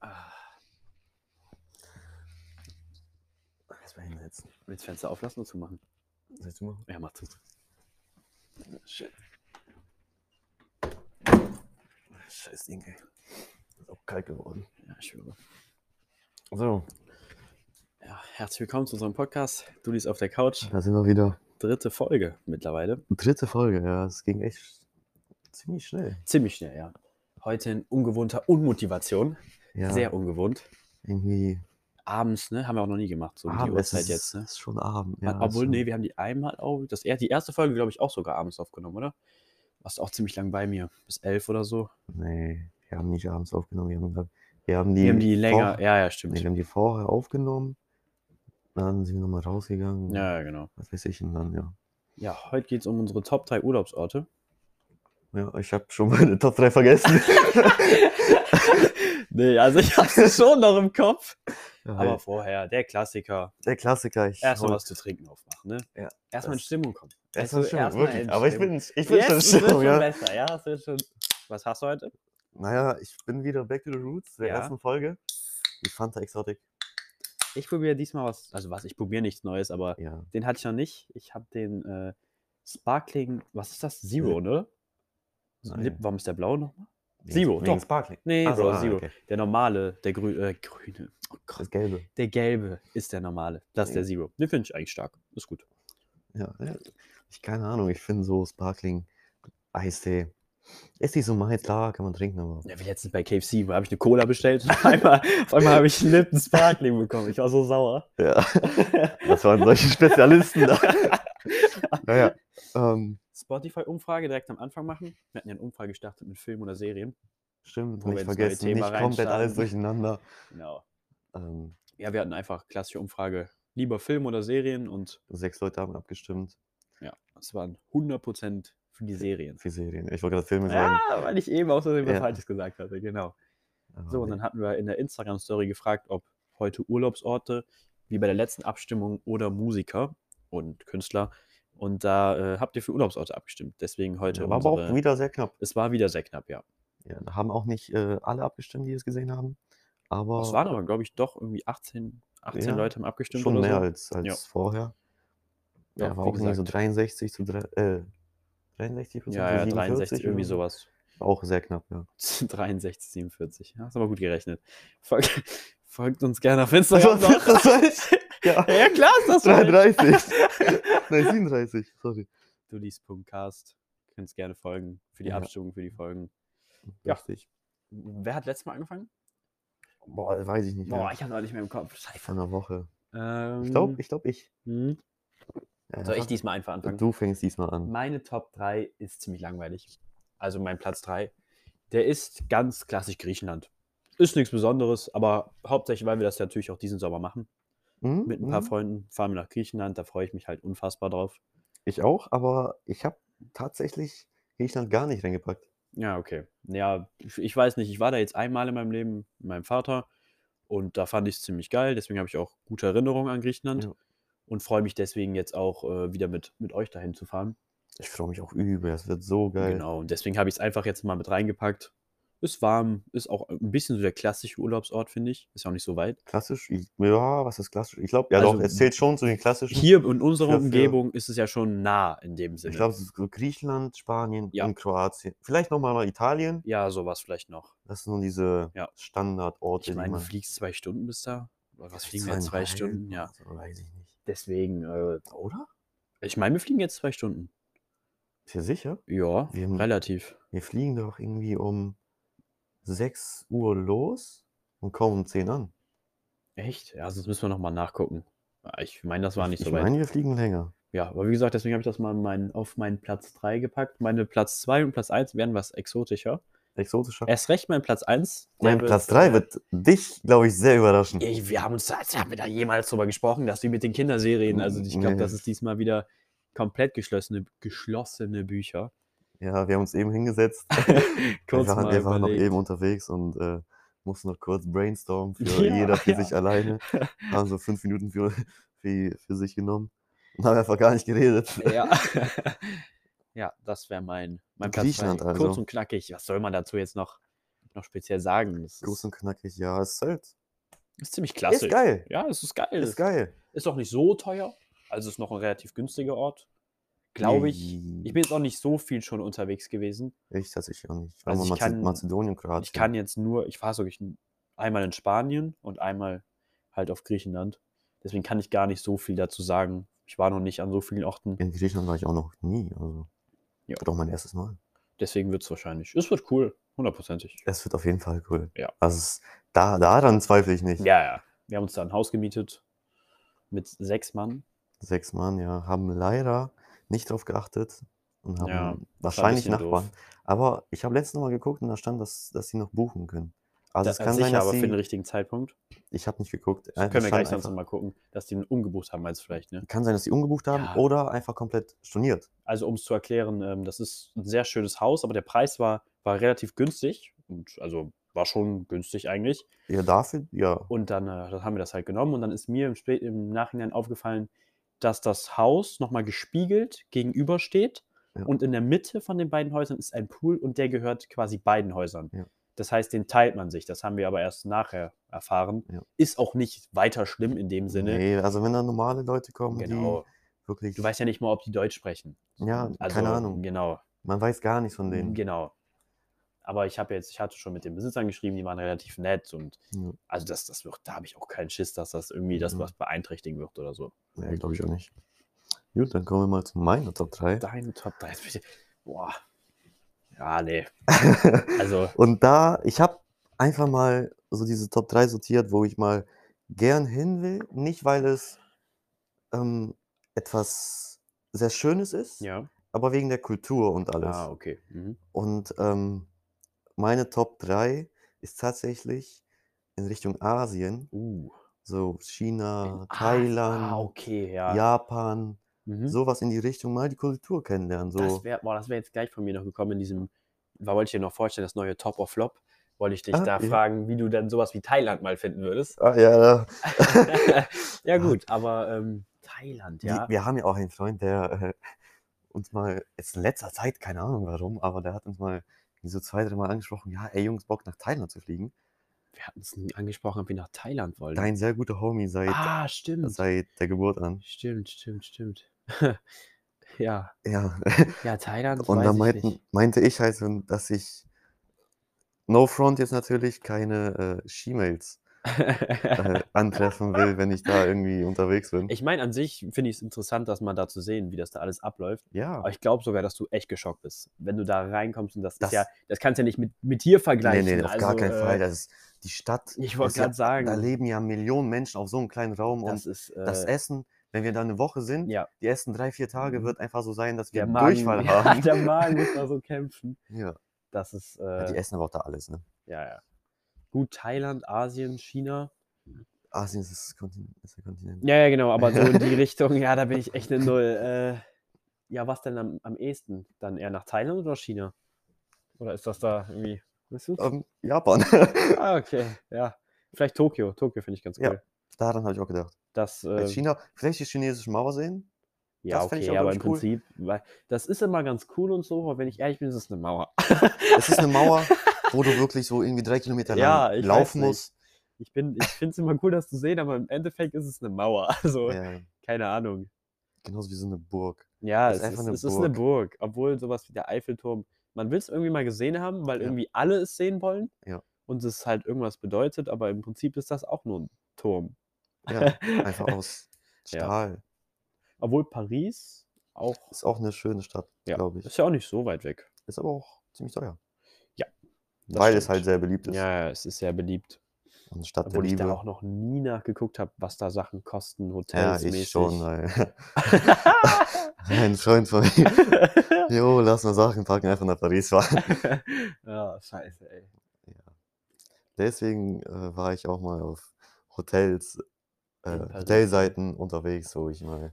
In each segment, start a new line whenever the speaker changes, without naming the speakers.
Ah. Erstmal hinsetzen. Willst du Fenster auflassen oder zumachen?
Soll ich zumachen?
Ja, mach zu. Shit.
Scheiß Ding, ey. Ist auch kalt geworden.
Ja, ich schwöre.
So,
Ja, herzlich willkommen zu unserem Podcast. Du liest auf der Couch.
da sind wir wieder.
Dritte Folge mittlerweile.
Dritte Folge, ja. Es ging echt sch- ziemlich schnell.
Ziemlich schnell, ja. Heute in ungewohnter Unmotivation.
Ja,
Sehr ungewohnt.
irgendwie.
Abends, ne? Haben wir auch noch nie gemacht, so um die
Abend, es
Uhrzeit
ist-
jetzt, ne?
ist schon Abend. Ja, ist
Obwohl,
schon,
nee, wir haben die einmal auch, das, er- die erste Folge, glaube ich, auch sogar abends aufgenommen, oder? Warst auch ziemlich lang bei mir, bis elf oder so.
nee, wir haben nicht abends aufgenommen. Wir haben, glaub- wir haben die,
Wir haben die länger,
Vor,
ja, ja, stimmt.
nee, wir haben die vorher aufgenommen. Dann sind wir nochmal rausgegangen.
Ja, ja, genau.
Was weiß ich denn dann, ja.
Ja, heute geht es um unsere Top 3 Urlaubsorte.
Ja, ich habe schon meine Top 3 vergessen.
Nee, also ich hab's schon noch im Kopf.
Ja,
Aber
hey,
vorher, der Klassiker.
der Klassiker. Ich
Erstmal
hol-
was zu trinken aufmachen, ne?
Ja,
Erstmal in
das-
Stimmung kommen.
Das
Weißt
ist
du,
schon
erstmal
wirklich.
in
Aber ich
Stimmung.
bin, ich bin schon
Jetzt wird
Stimmung,
schon
ja.
besser, ja. Das wird schon... Was hast du heute?
Naja, ich bin wieder back to the roots der
Ja.
ersten Folge. Die Fanta Exotic.
Ich probiere diesmal was, also was, ich probiere nichts Neues, aber
Ja.
den hatte ich noch nicht. Ich habe den äh, Sparkling, was ist das? Zero, ne?
Nein.
Lip, warum ist der blau nochmal?
Wegen-
Zero,
wegen
doch.
Sparkling.
Nee,
Ach so,
Bro,
ah,
Zero.
okay.
Der normale, der grü äh, grüne. Oh Gott. Hm.
Das Gelbe.
Der gelbe ist der normale. Das ist der Zero. Den finde ich eigentlich stark. Ist gut.
Ja. ja. Ich keine Ahnung, ich finde so Sparkling Eistee. Ist nicht so meins, klar, kann man trinken, aber.
Ja, wie letztens bei KFC, wo habe ich eine Cola bestellt und auf einmal, auf einmal habe ich einen Lipton Sparkling bekommen. Ich war so sauer.
Ja. Das waren solche Spezialisten da. naja. Ähm,
Spotify-Umfrage direkt am Anfang machen. Wir hatten ja eine Umfrage gestartet mit Filmen oder Serien.
stimmt,
Wo wir
nicht
ins neue
vergessen,
Thema
nicht komplett alles
reinstarten.
durcheinander.
Genau.
Ähm,
Ja, wir hatten einfach klassische Umfrage. Lieber Film oder Serien und
sechs Leute haben abgestimmt
ja, es waren 100% für die Serien.
für Serien. Ich wollte gerade Filme sagen.
Ja, weil ich eben auch so was
Ja.
Falsches gesagt hatte, genau.
aber
So, und
nee.
dann hatten wir in der Instagram-Story gefragt, ob heute Urlaubsorte, wie bei der letzten Abstimmung, oder Musiker und Künstler. Und da äh, habt ihr für Urlaubsorte abgestimmt. Deswegen heute.
Ja, war aber auch
unsere-
wieder sehr knapp.
es war wieder sehr knapp, ja.
Ja, da haben auch nicht äh, alle abgestimmt, die es gesehen haben. Aber
Es waren aber, glaube ich, doch irgendwie 18, 18
Oh. Ja,
Leute haben abgestimmt.
schon
oder
mehr
so.
als, als
Ja.
vorher. Ja,
Ja,
war
wie
auch irgendwie so
gesagt.
63 zu drei- äh, 63 Prozent.
Ja, ja, 63, irgendwie
so.
sowas.
Auch sehr knapp, ja.
63, 47. Ja, ist aber gut gerechnet. Folgt, folgt uns gerne auf Instagram. noch.
Das heißt, ja,
ja, klar ist das falsch.
33. Nein, 37, sorry.
Du liest Cast. Könnt gerne folgen für die
Ja.
Abstimmung, für die Folgen. Ja.
Richtig.
Wer hat letztes Mal angefangen?
Boah, weiß ich nicht.
Boah,
Boah,
ich habe noch nicht mehr im Kopf. Scheiße.
Von der Woche.
Ähm,
Ich glaube, ich. Glaub, ich.
hm.
Ja,
Soll ich
ja.
diesmal einfach anfangen?
Du fängst diesmal an.
Meine Top 3 ist ziemlich langweilig. Also mein Platz 3. Der ist ganz klassisch Griechenland. Ist nichts Besonderes, aber hauptsächlich, weil wir das natürlich auch diesen Sommer machen.
Hm?
Mit ein paar
Hm?
Freunden fahren wir nach Griechenland. Da freue ich mich halt unfassbar drauf.
Ich auch, aber ich habe tatsächlich Griechenland gar nicht reingepackt.
Ja, okay. Ja, ich ich weiß nicht. Ich war da jetzt einmal in meinem Leben mit meinem Vater und da fand ich es ziemlich geil. Deswegen habe ich auch gute Erinnerungen an Griechenland
Ja.
und freue mich deswegen jetzt auch äh, wieder mit, mit euch dahin zu fahren.
Ich freue mich auch übel, das wird so geil.
Genau. Und deswegen habe ich es einfach jetzt mal mit reingepackt. Ist warm, ist auch ein bisschen so der klassische Urlaubsort, finde ich. Ist ja auch nicht so weit.
Klassisch? Ich- Ja, was ist klassisch? Ich glaube, ja
Also,
doch, es zählt schon zu den klassischen.
Hier in unserer
Dafür-
Umgebung ist es ja schon nah in dem Sinne.
ich glaube, so Griechenland, Spanien
Ja.
und Kroatien. Vielleicht nochmal Italien.
ja, sowas vielleicht noch.
Das sind nur diese
Ja.
Standardorte,
Ich meine, du
man-
fliegst zwei Stunden bis da. Oder was
Ja,
fliegen wir jetzt? Zwei
zweieinhalb
Stunden,
oder
ja.
so, weiß ich nicht.
Deswegen, äh,
Oder?
ich meine, wir fliegen jetzt zwei Stunden.
Ist ja sicher.
Ja,
Wir haben-
relativ.
Wir fliegen doch irgendwie um 6 Uhr los und kommen um 10 an.
Echt? Ja, sonst müssen wir nochmal nachgucken. Ah, Ich meine, das war nicht
ich
so
ich
weit.
meine, wir fliegen länger.
Ja, aber wie gesagt, deswegen habe ich das mal in meinen, auf meinen Platz 3 gepackt. Meine Platz 2 und Platz 1 werden was exotischer.
Exotischer.
Erst recht mein Platz 1.
mein Platz 3 wird dich, glaube ich, sehr überraschen.
Ey, äh, wir haben uns da, haben wir da jemals drüber gesprochen, dass wir mit den Kinderserien, also ich glaube,
Nee.
das ist diesmal wieder komplett geschlossene, geschlossene Bücher.
Ja, wir haben uns eben hingesetzt.
Kurz
wir waren,
mal
wir waren noch
überlegt.
eben unterwegs und äh, mussten noch kurz brainstormen für
Ja,
jeder für
ja.
sich alleine. Haben so fünf Minuten für, für, für sich genommen und haben einfach gar nicht geredet.
Ja. ja, das wäre mein, mein Platz. drei.
Griechenland also.
Kurz und knackig. Was soll man dazu jetzt noch noch speziell sagen. Das
Groß
ist,
und knackig, ja, ist halt.
ist ziemlich klassisch.
Ist geil.
Ja, es ist geil.
Ist geil.
Ist auch nicht so teuer. Also ist noch ein relativ günstiger Ort. Glaube ich. Ich bin jetzt auch nicht so viel schon unterwegs gewesen.
Ich tatsächlich auch nicht. Ich war
Also
mal
ich kann-
Mazedonien, Kroatien.
Ich kann jetzt nur, ich war so ich, einmal in Spanien und einmal halt auf Griechenland. Deswegen kann ich gar nicht so viel dazu sagen. Ich war noch nicht an so vielen Orten.
In Griechenland war ich auch noch nie. Also.
Ja.
Wird auch mein erstes Mal.
Deswegen wird es wahrscheinlich. Es wird cool. Hundertprozentig.
Es wird auf jeden Fall cool.
Ja.
Also es, da, daran zweifle ich nicht.
Ja, ja. Wir haben uns da ein Haus gemietet mit sechs Mann.
Sechs Mann, ja, haben leider nicht drauf geachtet und haben
Ja,
wahrscheinlich
bisschen doof.
Nachbarn. Aber ich habe letztens nochmal geguckt und da stand, dass, dass sie noch buchen können. Also es
Da-
kann
sicher,
sein, dass
aber für den
sie,
richtigen Zeitpunkt.
ich habe nicht geguckt. äh,
Können wir
stand
gleich sonst
einfach,
noch mal gucken, dass die ihn umgebucht haben als vielleicht. Ne?
kann sein, dass sie umgebucht haben
Ja.
oder einfach komplett storniert.
Also um es zu erklären, ähm, das ist ein sehr schönes Haus, aber der Preis war, war relativ günstig. Und also war schon günstig eigentlich.
Ja, dafür, ja.
Und dann, äh, dann haben wir das halt genommen und dann ist mir im, Spä- im Nachhinein aufgefallen, dass das Haus nochmal gespiegelt gegenübersteht
Ja.
und in der Mitte von den beiden Häusern ist ein Pool und der gehört quasi beiden Häusern.
Ja.
Das heißt, den teilt man sich. Das haben wir aber erst nachher erfahren.
Ja.
Ist auch nicht weiter schlimm in dem Sinne.
Nee, also wenn da normale Leute kommen,
genau.
die wirklich,
Du weißt ja nicht mal, ob die Deutsch sprechen.
Ja, keine Ahnung.
Genau.
man weiß gar nichts von denen.
Genau. Aber ich habe jetzt, ich hatte schon mit den Besitzern geschrieben, die waren relativ nett und
Ja.
also das, das wird, da habe ich auch keinen Schiss, dass das irgendwie das
Mhm.
was beeinträchtigen wird oder so.
Nee, glaube ich auch nicht. Gut, dann kommen wir mal zu meiner Top 3.
Deine Top 3 Boah. Ja, nee. Also,
Und da, ich habe einfach mal so diese Top 3 sortiert, wo ich mal gern hin will. Nicht, weil es ähm, etwas sehr Schönes ist,
ja.
aber wegen der Kultur und alles.
Ah, okay. Mhm.
Und ähm, meine Top 3 ist tatsächlich in Richtung Asien,
Uh.
so China,
In-
Thailand,
Ah, okay, ja.
Japan,
Mhm.
sowas in die Richtung, mal die Kultur kennenlernen. So.
Das wäre wär jetzt gleich von mir noch gekommen in diesem, da wollte ich dir noch vorstellen, das neue Top of Flop. Wollte ich dich
Ah,
da
ja.
fragen, wie du dann sowas wie Thailand mal finden würdest.
Ah, ja, ja.
ja, gut, aber ähm, Thailand,
Die-
ja.
Wir haben ja auch einen Freund, der äh, uns mal, jetzt in letzter Zeit, keine Ahnung warum, aber der hat uns mal so zwei, dreimal angesprochen, ja, ey Jungs, Bock nach Thailand zu fliegen.
Wir hatten es nie angesprochen, ob wir nach Thailand wollen.
Dein sehr guter Homie seit,
ah, stimmt.
seit der Geburt an.
Stimmt, stimmt, stimmt. ja,
Ja.
ja, Thailand.
Und
weiß
da
ich
meinten,
nicht.
meinte ich halt, so, dass ich No Front jetzt natürlich keine äh, She-Mails äh, antreffen will, wenn ich da irgendwie unterwegs bin.
ich meine, an sich finde ich es interessant, dass man da zu sehen, wie das da alles abläuft.
ja.
Aber ich glaube sogar, dass du echt geschockt bist, wenn du da reinkommst und das,
Das-
ist ja, das kannst du ja nicht mit, mit hier
Nee,
vergleichen.
nee, auf gar
Also,
keinen Fall.
äh,
Das ist die Stadt.
Ich wollte
ist ja-
gerade sagen,
Da leben ja Millionen Menschen auf so einem kleinen Raum und
das ist äh,
das Essen, wenn wir da eine Woche sind,
ja,
die ersten drei, vier Tage
Mhm.
wird einfach so sein, dass wir
der
einen
Magen,
Durchfall
ja,
haben.
der Magen muss da so kämpfen.
Ja.
Das ist, äh,
Ja, die
ja,
essen aber auch da alles, ne?
ja. Gut, Thailand, Asien, China.
Asien ist das Kontinent. Ist der Kontinent.
Ja, ja, genau, aber so in die Richtung, ja, da bin ich echt eine Null. Äh, ja, was denn am, am ehesten? Dann eher nach Thailand oder China? Oder ist das da irgendwie, weißt du?
Ähm, Japan.
Ah, okay, ja. Vielleicht Tokio. Tokio finde ich ganz
Ja.
cool.
Daran habe ich auch gedacht.
Das,
Weil
äh,
China, vielleicht die chinesische Mauer sehen?
ja,
das fänd ich
okay,
auch,
aber
glaub
im
ich, cool.
Prinzip, weil das ist immer ganz cool und so, aber wenn ich ehrlich bin, ist es eine Mauer.
Es ist eine Mauer, wo du wirklich so irgendwie drei Kilometer lang
Ja, ich weiß
laufen
nicht.
musst.
Ich, bin- ich finde es immer cool, das zu sehen, aber im Endeffekt ist es eine Mauer. Also,
Ja,
keine Ahnung.
genauso wie so eine Burg.
Ja,
Ist
es,
einfach
ist,
eine
es ist eine Burg, obwohl sowas wie der Eiffelturm, man will es irgendwie mal gesehen haben, weil
Ja.
irgendwie alle es sehen wollen
Ja.
und es halt irgendwas bedeutet, aber im Prinzip ist das auch nur ein Turm.
Ja, einfach aus
Ja.
Stahl.
Obwohl Paris auch,
Ist auch eine schöne Stadt,
ja,
glaube ich.
ist ja auch nicht so weit weg.
Ist aber auch ziemlich teuer.
Das
weil es
stimmt.
halt sehr beliebt ist.
Ja, ja, es ist sehr beliebt.
Und eine Stadt
Obwohl
der
ich da
Liebe.
auch noch nie nachgeguckt habe, was da Sachen kosten,
ja,
Hotels.
ich schon. Weil ein Freund von mir. Jo, lass mal Sachen packen, einfach nach Paris fahren.
ja, scheiße, ey.
Deswegen äh, war ich auch mal auf Hotels, äh,
In Paris, ja.
Hotelseiten unterwegs, wo ich mal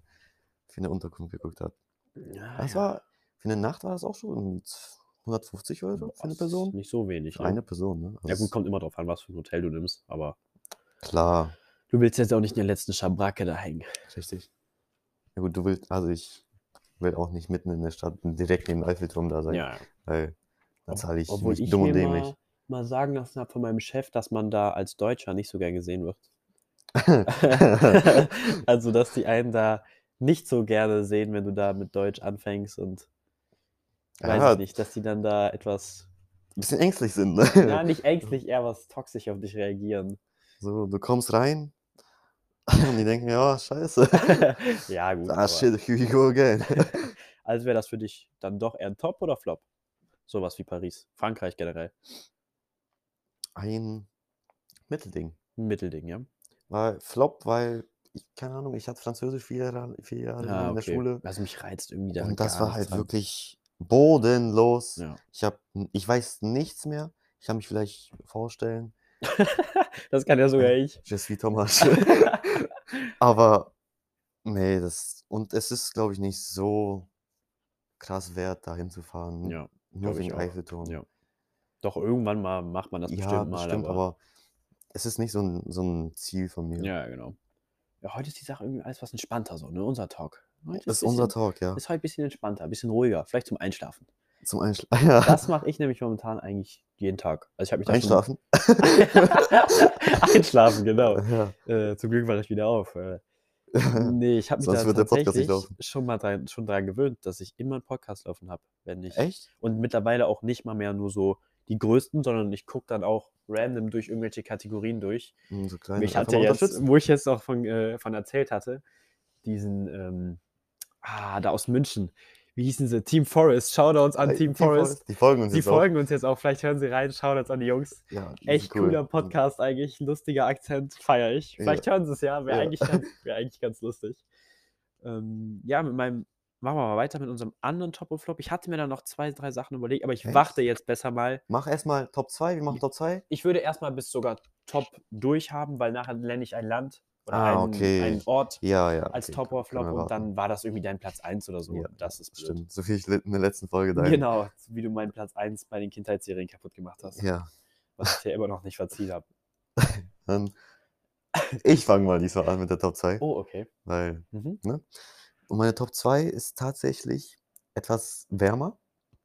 für eine Unterkunft geguckt habe.
Ja, Ah, ja.
Das war, für eine Nacht war das auch schon 150 Euro
Boah,
für eine
das ist
Person.
Nicht so wenig.
Für
Ne?
eine Person, ne?
Ja,
Also
gut, kommt immer drauf an, was für ein Hotel du nimmst, aber
Klar,
du willst jetzt auch nicht in der letzten Schabracke da hängen.
Richtig. Ja gut, du willst, also ich will auch nicht mitten in der Stadt direkt neben dem Eiffelturm da sein,
Ja,
weil dann
Ob-
zahle ich
obwohl
mich
ich
dumm
mir
und dämlich.
mal mal sagen lassen habe von meinem Chef, dass man da als Deutscher nicht so gern gesehen wird. also, dass die einen da nicht so gerne sehen, wenn du da mit Deutsch anfängst und weiß
Ja.
ich nicht, dass die dann da etwas,
bisschen ängstlich sind, ne?
ja, nicht ängstlich, eher was toxisch auf dich reagieren.
So, du kommst rein und die denken, ja, scheiße.
ja, gut.
ah,
aber-
shit, here we go again.
Also wäre das für dich dann doch eher ein Top oder Flop? Sowas wie Paris, Frankreich generell.
Ein Mittelding.
Ein Mittelding, ja.
Weil Flop, weil, ich, keine Ahnung, ich hatte Französisch vier Jahre, vier Jahre lang
Ah,
in der Schule.
Also mich reizt irgendwie da
und das
gar
war
nichts
halt
dran.
wirklich bodenlos.
Ja.
Ich, hab, ich weiß nichts mehr. Ich kann mich vielleicht vorstellen.
Das kann ja sogar ich.
Je suis Thomas. Aber nee, das. Und es ist, glaube ich, nicht so krass wert, da hinzufahren.
ja,
nur
glaub
wegen
ich auch.
Eiffelturm.
Ja. Doch irgendwann mal macht man das
Ja,
bestimmt mal.
bestimmt, aber, es ist nicht so ein, so ein Ziel von mir.
Ja, genau. Ja, heute ist die Sache irgendwie alles was entspannter, so, ne? Unser Talk. Heute
Das ist
bisschen,
unser Talk, ja.
Ist heute ein bisschen entspannter, ein bisschen ruhiger, vielleicht zum Einschlafen.
Zum Einschlafen. Ja.
Das mache ich nämlich momentan eigentlich jeden Tag. Also ich habe mich da schon-
Einschlafen?
Einschlafen, genau.
Ja.
Äh, zum Glück war ich wieder auf. Äh, nee, ich habe mich
Sonst
da
wird der Podcast
tatsächlich
nicht laufen.
schon mal dran, schon dran gewöhnt, dass ich immer einen Podcast laufen habe, wenn ich.
Echt?
Und mittlerweile auch nicht mal mehr nur so die größten, sondern ich gucke dann auch random durch irgendwelche Kategorien durch.
Hm, So klein.
ich
einfach
hatte
mal
jetzt,
unterstützen.
wo ich jetzt auch von, äh, von erzählt hatte, diesen, ähm, ah, da aus München. Wie hießen sie? Team Forest. Shoutouts an
Äh,
Team, Forest.
Die folgen uns
Sie
jetzt
folgen uns jetzt auch. Vielleicht hören sie rein. Shoutouts an die Jungs.
auch. Ja, die sind
Echt
cool.
cooler Podcast eigentlich, lustiger Akzent, feiere ich.
Ja.
Vielleicht hören sie es ja, wäre
Ja.
eigentlich, ganz- wär eigentlich ganz lustig. Ähm, ja, mit meinem, machen wir mal weiter mit unserem anderen Top und Flop. Ich hatte mir da noch zwei, drei Sachen überlegt, aber ich
Echt?
warte jetzt besser mal.
Mach erstmal Top 2, wir machen Top 2.
Ich würde erstmal bis sogar Top durchhaben, weil nachher nenne ich ein Land oder
Ah,
einen,
okay.
einen Ort
Ja, ja.
als
okay,
Top
können-
oder Flop
können wir
und
warten.
dann war das irgendwie dein Platz 1 oder so.
Ja,
das ist blöd.
Stimmt, so viel ich in der letzten Folge da.
Genau, wie du meinen Platz 1 bei den Kindheitsserien kaputt gemacht hast,
Ja,
was ich dir immer noch nicht verziehen habe.
dann. Ich fange mal diesmal an mit der Top 2,
Oh, okay.
weil.
Mhm.
Und meine Top 2 ist tatsächlich etwas wärmer.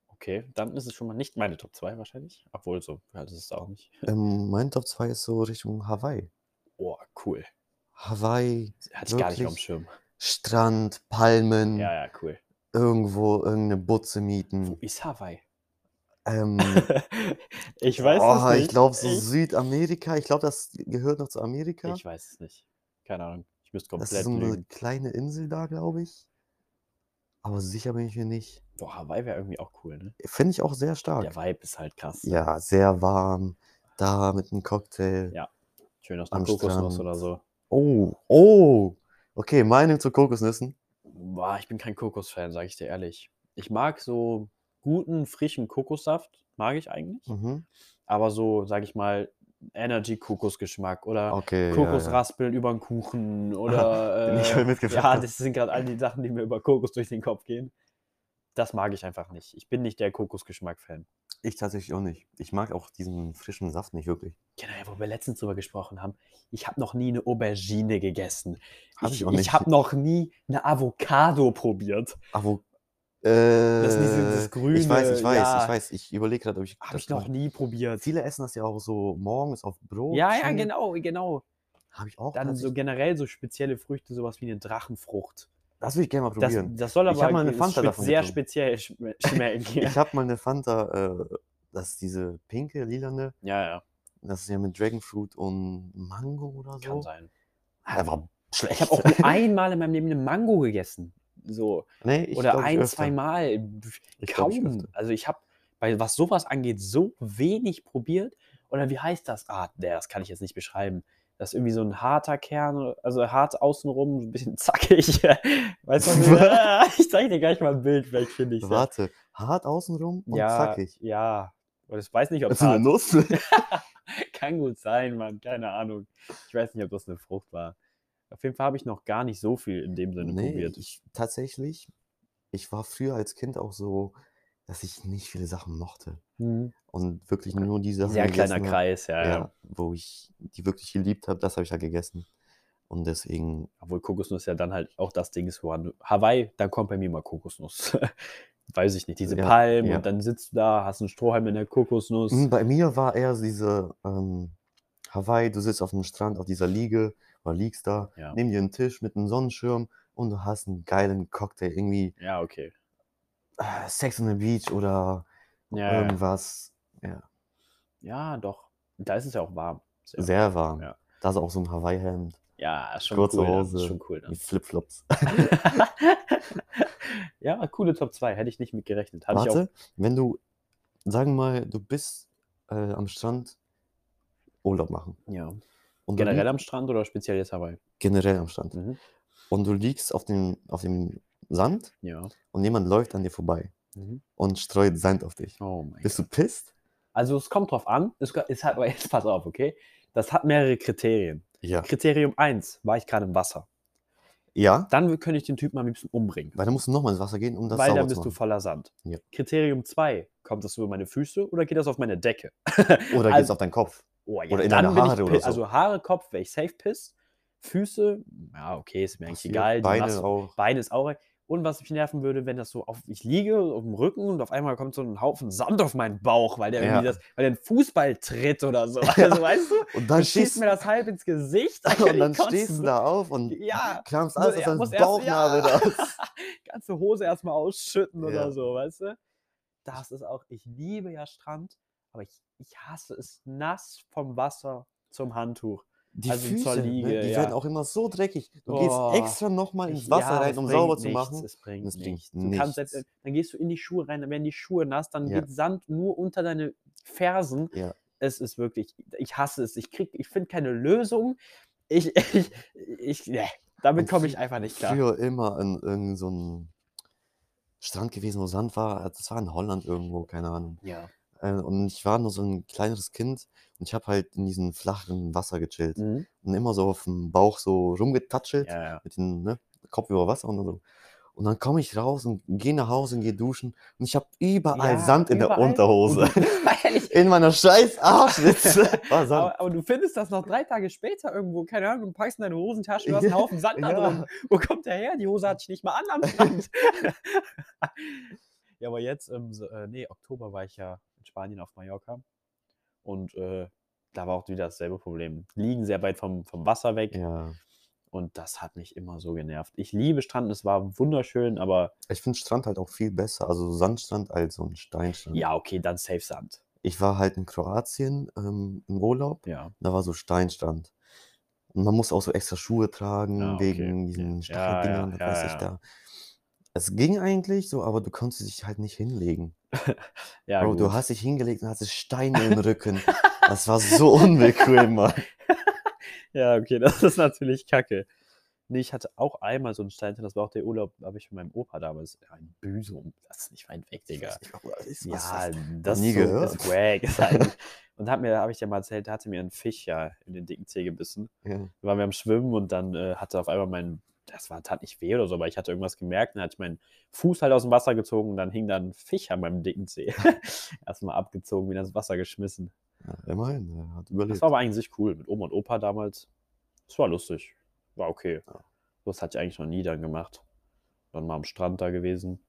Okay, dann ist es schon mal nicht meine Top 2 wahrscheinlich. Obwohl, so, ja, das ist auch nicht.
Ähm, mein Top 2 ist so Richtung Hawaii.
Oh, cool.
Hawaii,
Hatte ich gar nicht auf dem
Wirklich? Hm.
Schirm.
Strand, Palmen,
Ja, ja, cool.
irgendwo irgendeine Butze
Wo
mieten.
ist Hawaii?
Ähm,
ich weiß
oh,
es nicht.
ich glaube so
ich,
Südamerika. Ich glaube, das gehört noch zu Amerika.
ich weiß es nicht. Keine Ahnung. Ich müsste
Das
komplett
ist so eine
lügen.
kleine Insel da, glaube ich. Aber sicher bin ich mir nicht.
Boah, Hawaii wäre irgendwie auch cool, ne?
Finde ich auch sehr stark.
Der Vibe ist halt krass. ne?
Ja, sehr warm. Da mit einem Cocktail.
Ja. Schön aus
Am
einer Kokosnuss
Strand.
oder so.
Oh, oh. Okay, meine zu Kokosnüssen.
Boah, ich bin kein Kokosfan, sage ich dir ehrlich. Ich mag so guten, frischen Kokossaft, mag ich eigentlich.
Mhm.
Aber so, sage ich mal, Energy-Kokosgeschmack oder
Okay. Ja,
Kokosraspeln über den Kuchen oder.
Den ich
Äh,
heute mitgebracht
ja,
hab.
das sind gerade all die Sachen, die mir über Kokos durch den Kopf gehen. Das mag ich einfach nicht. Ich bin nicht der Kokosgeschmack-Fan.
Ich tatsächlich auch nicht. Ich mag auch diesen frischen Saft nicht wirklich.
Genau, wo wir letztens drüber gesprochen haben. Ich habe noch nie eine Aubergine gegessen.
Hab ich auch nicht.
habe noch nie eine Avocado probiert.
Aber.
Das ist dieses
Äh,
grüne,
ich weiß, ich weiß,
ja.
ich weiß. Ich überlege gerade, ob ich.
Habe
das
ich noch
mag.
nie probiert.
Viele essen das ja auch so morgens auf Brot.
ja, ja, genau, genau.
Habe ich auch.
Dann so
tatsächlich-
generell so spezielle Früchte, sowas wie eine Drachenfrucht.
das würde ich gerne mal
Das,
probieren.
das soll
Ich
aber
hab mal eine
das
Fanta
schmeckt
davon
sehr
getrunken.
speziell schm- schmecken.
Ich habe mal eine Fanta, äh, das ist diese pinke, lilane,
ja, ja,
das ist ja mit Dragonfruit und Mango oder
kann
so.
sein.
Ah, war schlecht.
Ich habe auch nur einmal in meinem Leben eine Mango gegessen. So.
nee, ich
Oder
glaub, ich
ein,
öfter.
zwei Mal.
Ich
Kaum.
glaub, ich öfter.
also ich habe, bei was sowas angeht, so wenig probiert. Oder wie heißt das? Ah, nee, das kann ich jetzt nicht beschreiben. Das ist irgendwie so ein harter Kern, also hart außenrum, ein bisschen zackig. weißt du, was ich- Ah, ich zeige dir gleich mal ein Bild, vielleicht finde ich es.
Warte, hart außenrum und
Ja,
zackig.
ja. Und ich weiß nicht, ob
Das ist eine
hart-
Nuss.
Kann gut sein, Mann. Keine Ahnung. Ich weiß nicht, ob das eine Frucht war. Auf jeden Fall habe ich noch gar nicht so viel in dem Sinne
nee,
probiert.
ich, tatsächlich, ich war früher als Kind auch so, dass ich nicht viele Sachen mochte.
Hm.
Und wirklich nur die Sachen.
Sehr kleiner
gegessen hab,
Kreis, ja, ja.
Ja, wo ich die wirklich geliebt habe, das habe ich ja gegessen. Und deswegen
Obwohl Kokosnuss ja dann halt auch das Ding ist, wo an- Hawaii, dann kommt bei mir mal Kokosnuss. weiß ich nicht, diese
Ja,
Palmen
ja.
und dann sitzt du da, hast einen Strohhalm in der Kokosnuss.
Mm, Bei mir war eher so diese ähm, Hawaii, du sitzt auf dem Strand auf dieser Liege oder liegst da,
Ja.
nimm dir einen Tisch mit einem Sonnenschirm und du hast einen geilen Cocktail, irgendwie
Ja, okay.
äh, Sex on the Beach oder
Ja, ja.
Ähm. irgendwas
Ja, doch. Da ist es ja auch warm. Sehr
sehr warm.
Ja.
Da ist auch so ein Hawaii-Hemd
Ja, ist schon
Kurze
cool. dann,
Hose.
Ist schon cool. ne? dann.
mit Flipflops.
ja, coole Top 2. Hätte ich nicht mit gerechnet. Hatte ich auch.
Warte, wenn du, sagen wir mal, du bist äh, am Strand Urlaub machen.
Ja.
Und du
Generell
lieg-
am Strand oder speziell jetzt Hawaii?
generell am Strand.
Mhm.
Und du liegst auf dem, auf dem Sand
Ja.
und jemand läuft an dir vorbei
Mhm.
und streut Sand auf dich.
Oh mein
Bist du pisst?
Also es kommt drauf an, es ko- es hat, aber jetzt pass auf, okay? Das hat mehrere Kriterien.
Ja.
Kriterium 1, war ich gerade im Wasser.
Ja?
Dann will- könnte ich den Typen am liebsten umbringen,
Weil dann musst du nochmal ins Wasser gehen, um das
weil
sauber
dann bist
zu
du voller Sand.
Ja.
Kriterium 2, kommt das über meine Füße oder geht das auf meine Decke?
machen. Oder geht's
also-
auf deinen Kopf.
Oh, ja,
Oder in
dann
deine
bin ich
Haare oder
pi-
so.
Also Haare, Kopf, wäre ich safe piss. Füße, ja, okay, ist mir eigentlich
Passiert.
egal. die
Beine
lassen-
auch.
Beine ist auch. Und was mich nerven würde, wenn das so auf, ich liege auf dem Rücken und auf einmal kommt so ein Haufen Sand auf meinen Bauch, weil der irgendwie
Ja.
das, weil der einen Fußball tritt oder so. Also weißt du?
Und dann
Du schießt
stehst,
mir das halb ins Gesicht. da kann
und
ich
dann
kotzen.
stehst du da auf und
Ja,
klammerst
muss-
alles aus
er-
deinem
muss erst-
Bauchnabel
ja.
raus.
ganze Hose erstmal ausschütten
Ja.
oder so, weißt du? Das ist auch, ich liebe ja Strand, aber ich, ich hasse es nass vom Wasser zum Handtuch.
Die
Also zur
Füße,
liege,
ne? die
ja.
werden auch immer so dreckig. Du
Boah.
gehst extra nochmal ins
Ich-
Wasser
ja,
rein,
es
um
bringt
sauber zu
nichts,
machen.
Es bringt,
es bringt
nichts. Du kannst selbst,
nichts.
dann gehst du in die Schuhe rein, dann werden die Schuhe nass, dann
Ja.
geht Sand nur unter deine Fersen.
Ja.
Es ist wirklich, ich hasse es. Ich krieg, ich finde keine Lösung. Ich, ich, ich, ne, damit
Und
komme ich
frü-
einfach nicht klar.
Früher immer an irgendeinem so einem Strand gewesen, wo Sand war. Das war in Holland irgendwo, keine Ahnung.
Ja.
Äh, Und ich war nur so ein kleineres Kind und ich habe halt in diesem flachen Wasser gechillt
Mhm.
und immer so auf dem Bauch so rumgetatschelt
ja, ja.
mit dem ne, Kopf über Wasser und so. Und dann komme ich raus und gehe nach Hause und gehe duschen und ich habe überall
Ja,
Sand in der
überall.
Unterhose.
Und du- Mal ehrlich,
In meiner scheiß Arschwitze war Sand.
aber, aber du findest das noch drei Tage später irgendwo, keine Ahnung, du packst in deine Hosentasche, du hast
Ja,
einen Haufen Sand da
ja.
drin. Wo kommt der her? Die Hose hatte ich nicht mal an am Strand. ja, aber jetzt, ähm, so, äh, nee, Oktober war ich ja in Spanien auf Mallorca und äh, da war auch wieder dasselbe Problem. Liegen sehr weit vom, vom Wasser weg
Ja.
und das hat mich immer so genervt. Ich liebe Strand, es war wunderschön, aber
Ich finde Strand halt auch viel besser, also Sandstrand als so ein Steinstrand.
ja, okay, dann safe Sand.
Ich war halt in Kroatien ähm, im Urlaub,
Ja,
da war so Steinstrand. Und man muss auch so extra Schuhe tragen
Ah, okay,
wegen
okay.
diesen
Ja,
Stacheldingern,
ja,
das weiß
ja,
ich
ja.
da. Es ging eigentlich so, aber du konntest dich halt nicht hinlegen.
ja
Bro, du
gut.
hast dich hingelegt und hattest Steine im Rücken. Das war so unbequem, Mann.
Ja, okay, das ist natürlich kacke. Nee, ich hatte auch einmal so einen Steinchen, das war auch der Urlaub, da habe ich mit meinem Opa damals ein Büsum. Das ist nicht weit weg, Digga.
Ich weiß nicht, was ist das?
Ja, das
nie
ist so, ist
gehört.
wack. Ist eigentlich. Und hat mir, habe ich dir mal erzählt, da hatte mir ein Fisch ja in den dicken Zeh gebissen.
Ja.
Da waren wir am Schwimmen und dann äh, hatte auf einmal mein, das war, tat nicht weh oder so, aber ich hatte irgendwas gemerkt, dann hatte ich meinen Fuß halt aus dem Wasser gezogen und dann hing da ein Fisch an meinem dicken Zeh. Erstmal abgezogen, wieder ins Wasser geschmissen.
Ja, immerhin, er hat überlebt.
Das war aber eigentlich sich cool. Mit Oma und Opa damals. Das war lustig. War okay.
Ja.
Das hatte ich eigentlich noch nie dann gemacht. Dann mal am Strand da gewesen.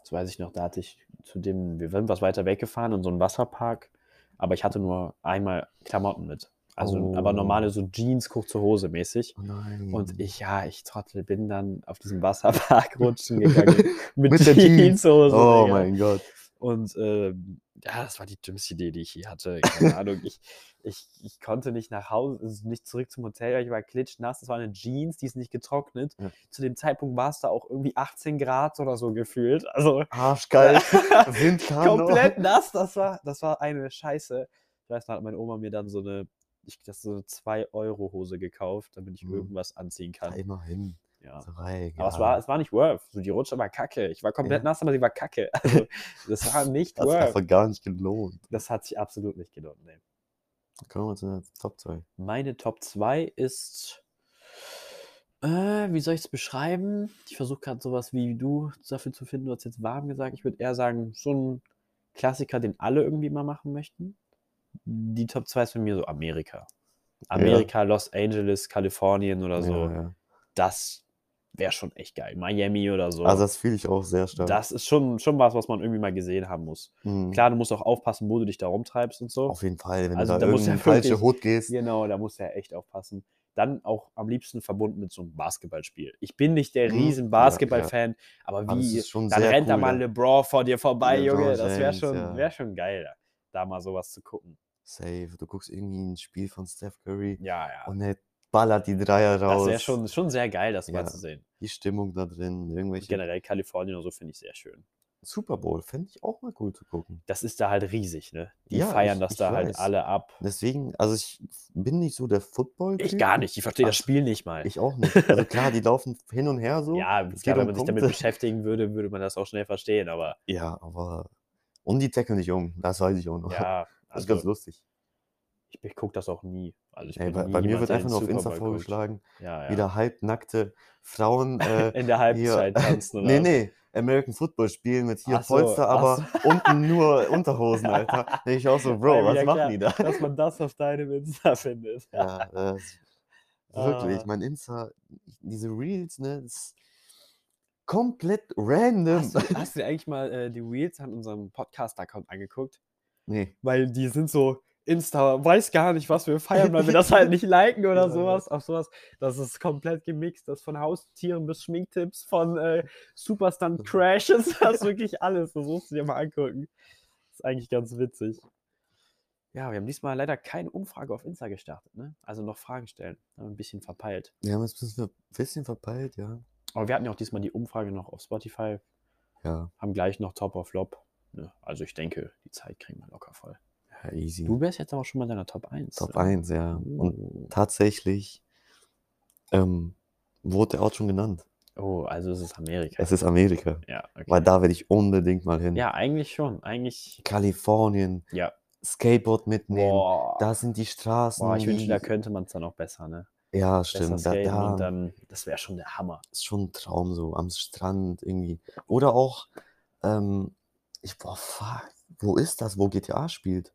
Das weiß ich noch, da hatte ich zu dem, wir sind was weiter weggefahren in so einen Wasserpark. Aber ich hatte nur einmal Klamotten mit. Also,
Oh.
aber normale so Jeans, kurze Hose mäßig.
Oh nein.
Und ich, ja, ich Trottel, bin dann auf diesem Wasserpark rutschen gegangen. Mit,
Mit der Jeans.
Jeanshose.
Oh
Digga.
mein Gott.
Und ähm, ja, das war die dümmste Idee, die ich je hatte. Keine Ahnung, ich, ich, ich konnte nicht nach Hause, also nicht zurück zum Hotel, weil ich war klitschnass. Das waren eine Jeans, die ist nicht getrocknet.
Ja.
Zu dem Zeitpunkt war es da auch irgendwie 18 Grad oder so gefühlt. Also
Arschgeil. Wind kam noch.
komplett nass. Das war, das war eine Scheiße. Ich weiß noch, hat meine Oma mir dann so eine, ich das ist so eine 2-Euro-Hose gekauft, damit ich
Mhm.
irgendwas anziehen
Ja,
kann.
immerhin.
Ja.
So, ey,
Aber es
ja.
war, es war nicht worth. So, die Rutsche war kacke. Ich war komplett
Ja.
nass, aber sie war kacke. Also, das war nicht
Das hat
worth.
einfach gar nicht gelohnt.
Das hat sich absolut nicht gelohnt. Nee.
Kommen wir zu der Top 2.
Meine Top 2 ist. Äh, wie soll ich es beschreiben? Ich versuche gerade sowas wie du dafür zu finden. Du hast jetzt warm gesagt. Ich würde eher sagen, so ein Klassiker, den alle irgendwie mal machen möchten. Die Top 2 ist bei mir so Also Amerika. Amerika, Los Angeles, Kalifornien oder so.
Ja, ja.
Das wäre schon echt geil. Miami oder so.
Also das fühle ich auch sehr stark.
das ist schon, schon was, was man irgendwie mal gesehen haben muss.
Mhm.
Klar, du musst auch aufpassen, wo du dich da rumtreibst und so.
Auf jeden Fall, wenn
Also
du da,
da muss
irgendwie
ja
in falsche
wirklich-
Hut gehst.
Genau, da musst du ja echt aufpassen. Dann auch am liebsten verbunden mit so einem Basketballspiel. Ich bin nicht der
Mhm.
riesen
Ja, ja.
Basketballfan, aber
Aber das
wie,
ist schon
dann
sehr
rennt da
cool,
mal
ja.
LeBron vor dir vorbei,
LeBron
Junge. Das wäre
James,
schon,
ja.
wär schon geil, da mal sowas zu gucken.
Safe. Du guckst irgendwie ein Spiel von Steph Curry
Ja, ja.
und er ballert die Dreier raus.
das wäre schon, schon sehr geil, das mal
Ja.
zu sehen.
Die Stimmung da drin, irgendwelche.
Generell Kalifornien und so finde ich sehr schön.
Super Bowl fände ich auch mal cool zu gucken.
Das ist da halt riesig, ne? Die
Ja,
feiern
ich-
das
ich
da
weiß.
halt alle ab.
Deswegen, also ich bin nicht so der football
Ich gar nicht, ich verstehe das
Ach,
Spiel nicht mal.
Ich auch nicht. Also klar, die laufen hin und her so.
ja,
es
klar,
geht
wenn
um
man sich damit
Punkte.
beschäftigen würde, würde man das auch schnell verstehen, aber
Ja, aber. Und die tackeln dich um. Das weiß ich auch noch.
ja.
das ist
also-
ganz lustig.
ich gucke das auch nie. Also ich
Ey,
bin
bei,
nie
bei mir
jemand,
wird
der
einfach
den
nur auf
Super
Insta
Bowl guckt.
vorgeschlagen,
Ja, ja.
wieder halbnackte Frauen. Äh,
in der
hier,
Halbzeit tanzen oder
nee, nee, American Football spielen mit hier
Ach so,
Polster,
ach
aber unten nur Unterhosen, Alter. Denke ich auch so, Bro,
Ja,
was
ja,
machen
klar.
die da?
so. Dass man das auf deinem Insta findet.
Ja, das, wirklich,
Ah.
mein Insta, diese Reels, ne, das ist komplett random.
Hast du, hast du dir eigentlich mal äh, die Reels an unserem Podcast-Account angeguckt?
Nee,
Weil die sind so, Insta weiß gar nicht, was wir feiern, weil wir das halt nicht liken oder
Ja, ja.
sowas. Auf sowas. Das ist komplett gemixt. Das von Haustieren bis Schminktipps, von äh, Superstunt-Crashes, das ist wirklich alles. Das musst du dir mal angucken. ist eigentlich ganz witzig. Ja, wir haben diesmal leider keine Umfrage auf Insta gestartet, ne? Also noch Fragen stellen. Haben wir ein bisschen verpeilt.
wir haben jetzt ein bisschen, bisschen verpeilt, ja.
Aber wir hatten ja auch diesmal die Umfrage noch auf Spotify,
Ja,
haben gleich noch Top of Flop. Ne? Also ich denke, die Zeit kriegen wir locker voll.
ja easy.
Du wärst jetzt aber schon mal in deiner Top 1.
Top
ne?
1, ja. Und
Oh.
tatsächlich ähm, wurde er auch schon genannt.
oh, also es ist Amerika.
Es ist Amerika.
ja, okay.
Weil da will ich unbedingt mal hin.
ja, eigentlich schon. Eigentlich.
Kalifornien,
Ja.
Skateboard mitnehmen.
Boah.
Da sind die Straßen.
Boah, ich wünschte, da
die-
könnte man es dann auch besser, ne?
ja,
Besser
stimmt. Da,
skaten und
da
dann, das wäre schon der Hammer.
ist schon ein Traum so am Strand irgendwie. Oder auch, ähm, ich, boah, fuck, wo ist das, wo GTA spielt?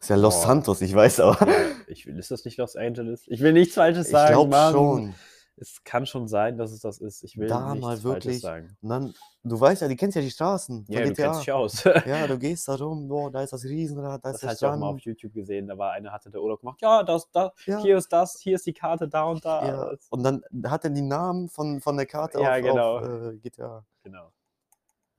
Ist ja Los
Boah.
Santos, ich weiß aber.
Ja, ich, will- ist das nicht Los Angeles? Ich will nichts Falsches
Ich
sagen.
glaube
Mann.
schon.
Es kann schon sein, dass es das ist. Ich will
Da
nichts
mal
Falsches
wirklich
sagen.
Und dann, du weißt ja, die kennst ja die Straßen. von
Ja, du
GTA.
kennst dich aus. das
Ja, du gehst da rum, boah, da ist das Riesenrad, da ist
hast du
der
auch mal auf
Strand.
YouTube gesehen. Da war einer, hatte der Urlaub gemacht. Ja, das, das,
Ja,
hier ist das, hier ist die Karte, da und da.
ja.
Das-
Und dann hat er die Namen von, von der Karte
Ja,
auf,
genau.
auf äh, GTA.
Genau.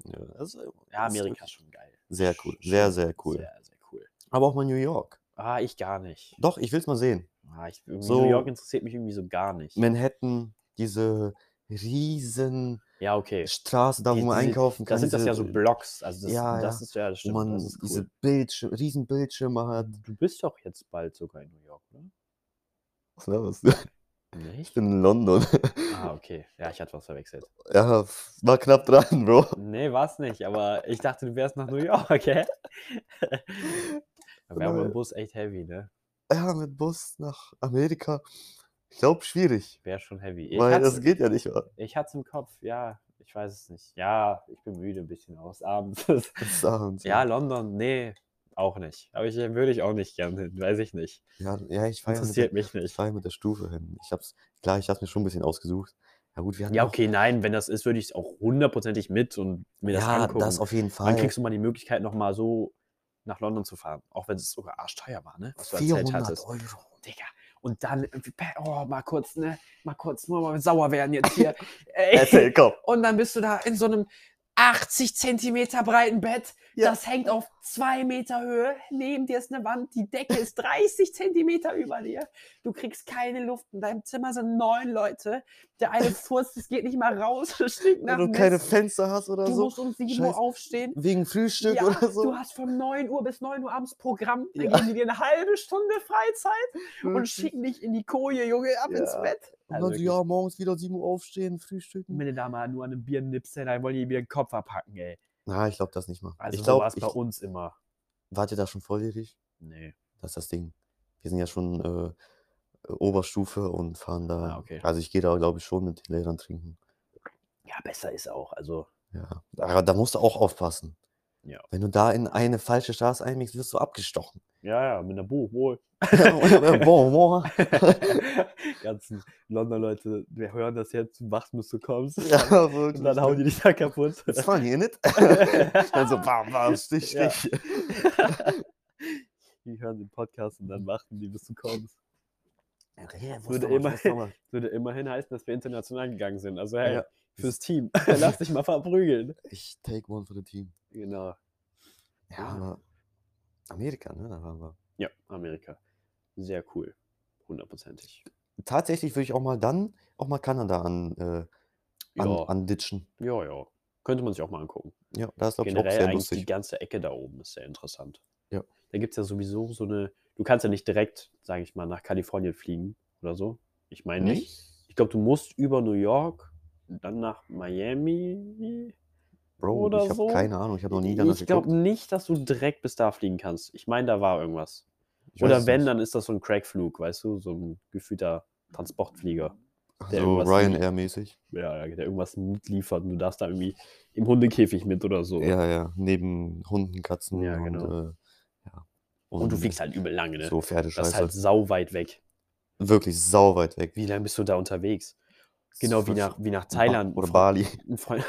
Ja, das
Ja,
ist, das ist
Amerika ist
wirklich
schon geil.
Sehr cool,
Schon
sehr, sehr cool.
Sehr, sehr cool.
Aber auch mal New York.
Ah, ich gar nicht.
Doch, ich will es mal sehen.
Ah, ich, irgendwie
So-
New York interessiert mich irgendwie so gar nicht.
Manhattan, diese riesen
Ja, okay.
Straße, da wo
Die-
man
diese-
einkaufen
Da
kann.
sind das
diese,
ja so Blocks. Also das,
Ja,
das
ja.
ist ja, das
wo
stimmt.
man
das ist cool.
diese Bildschir riesen Bildschirme hat.
Du bist doch jetzt bald sogar in New York, ne?
Was war das? Ich
Nicht?
bin in London.
Ah, okay. Ja, ich hatte was verwechselt.
Ja, f- war knapp dran, Bro.
Nee, war's nicht, aber ich dachte, du wärst nach New York, gell? Da wäre
Neu.
mit dem Bus echt heavy, ne?
Ja, mit Bus nach Amerika. Ich glaube, schwierig.
Wäre schon heavy. Ich
Weil das
hatte
geht ja nicht. wa?
ich hat's im Kopf, ja. Ich weiß es nicht. Ja, ich bin müde ein bisschen aus abends.
Das ist abends,
ja, London, nee, auch nicht. Aber ich äh, würde ich auch nicht gerne hin, weiß ich nicht.
ja, ja, ich fahre ja mit,
Interessiert
der-
mich
ich
nicht.
fahr ja mit der Stufe hin. Ich hab's, klar, ich hab's mir schon ein bisschen ausgesucht. Ja, gut, wir hatten
Ja,
auch-
okay, nein, wenn das ist, würde ich es auch hundertprozentig mit und mir das
ja,
angucken.
das auf jeden Fall.
Dann kriegst du mal die Möglichkeit, nochmal so nach London zu fahren. Auch wenn es sogar arschteuer war, ne? Was du erzählt
400
hattest.
Euro.
Digga. Und dann, irgendwie, oh, mal kurz, ne? Mal kurz, nur mal sauer werden jetzt hier.
Erzähl,
Ey.
komm.
Und dann bist du da in so einem 80 Zentimeter breiten Bett.
Ja.
Das hängt auf zwei Meter Höhe. Neben dir ist eine Wand. Die Decke ist 30 Zentimeter über dir. Du kriegst keine Luft. In deinem Zimmer sind neun Leute. Der eine furzt, es geht nicht mal raus. Es stinkt nach
Wenn du
Mist.
keine Fenster hast oder
Du
so.
musst um 7
Scheiß-
Uhr aufstehen.
Wegen Frühstück
Ja,
oder so.
Du hast von 9 Uhr bis 9 Uhr abends Programm. Dann
Ja.
geben die dir eine halbe Stunde Freizeit und
Wirklich.
schicken dich in die Koje, Junge, ab ins
Ja.
Bett.
Und dann so, ja, morgens wieder 7 Uhr aufstehen, frühstücken.
Also wenn du da mal nur an einem Bier nippst, dann wollen die mir den Kopf abhacken, ey.
Na, ich glaube das nicht mal.
Also
ich
so
glaube,
war es bei uns immer.
wart ihr da schon volljährig?
Nee.
Das ist das Ding. Wir sind ja schon äh, Oberstufe und fahren da.
Ah, okay.
Also ich gehe da, glaube ich, schon mit den Lehrern trinken.
Ja, besser ist auch. Also,
Ja. Aber da musst du auch aufpassen.
Ja.
Wenn du da in eine falsche Straße einmixst, wirst du abgestochen.
ja, ja, mit einer Buch wohl.
Boah, boah.
ganzen Londoner Leute, wir hören das jetzt, wach musst du kommst.
Ja,
Und
wirklich. ne?
dann hauen die dich da kaputt.
It's funny, innit? dann so bam, bam, stich,
Ja.
stich.
die hören den Podcast und dann warten die, bis du kommst.
Ja. Ja,
Würde immer- Das würde immerhin heißen, dass wir international gegangen sind. Also hey,
Ja.
fürs Team, lass dich mal verprügeln.
Ich take one for the team.
Genau.
Ja,
Ja.
aber Amerika, ne? Da waren wir.
Ja, Amerika. Sehr cool. Hundertprozentig.
Tatsächlich würde ich auch mal dann auch mal Kanada an, äh, an,
Ja,
anditschen.
ja, ja. Könnte man sich auch mal angucken.
Ja, da ist, glaube ich, auch
Generell
sehr
eigentlich die
lustig.
ganze Ecke da oben ist sehr interessant.
Ja.
Da gibt es ja sowieso so eine. Du kannst ja nicht direkt, sage ich mal, nach Kalifornien fliegen oder so. Ich meine nicht. Ich glaube, du musst über New York, dann nach Miami.
Bro,
oder
ich habe
so?
keine Ahnung. Ich habe noch nie danach
ich glaube
geguckt.
nicht, dass du direkt bis da fliegen kannst. Ich meine, da war irgendwas.
Ich weiß
oder
es
wenn,
nicht.
dann ist das so ein Crackflug, weißt du, so ein gefühlter Transportflieger. der
So
irgendwas
Ryanair-mäßig.
Ja, der irgendwas mitliefert und du darfst da irgendwie im Hundekäfig mit oder so.
Ja, ja. Neben Hunden, Katzen
Ja, genau.
und, äh, ja.
Und du fliegst halt übel lange, ne?
So
das
Pferdescheiße.
ist halt sau weit weg.
Wirklich sau weit weg.
Wie lange bist du da unterwegs? Genau wie
Fünf-
nach, wie nach Thailand. Ein
Oder
Fre-
Bali.
ein Freund,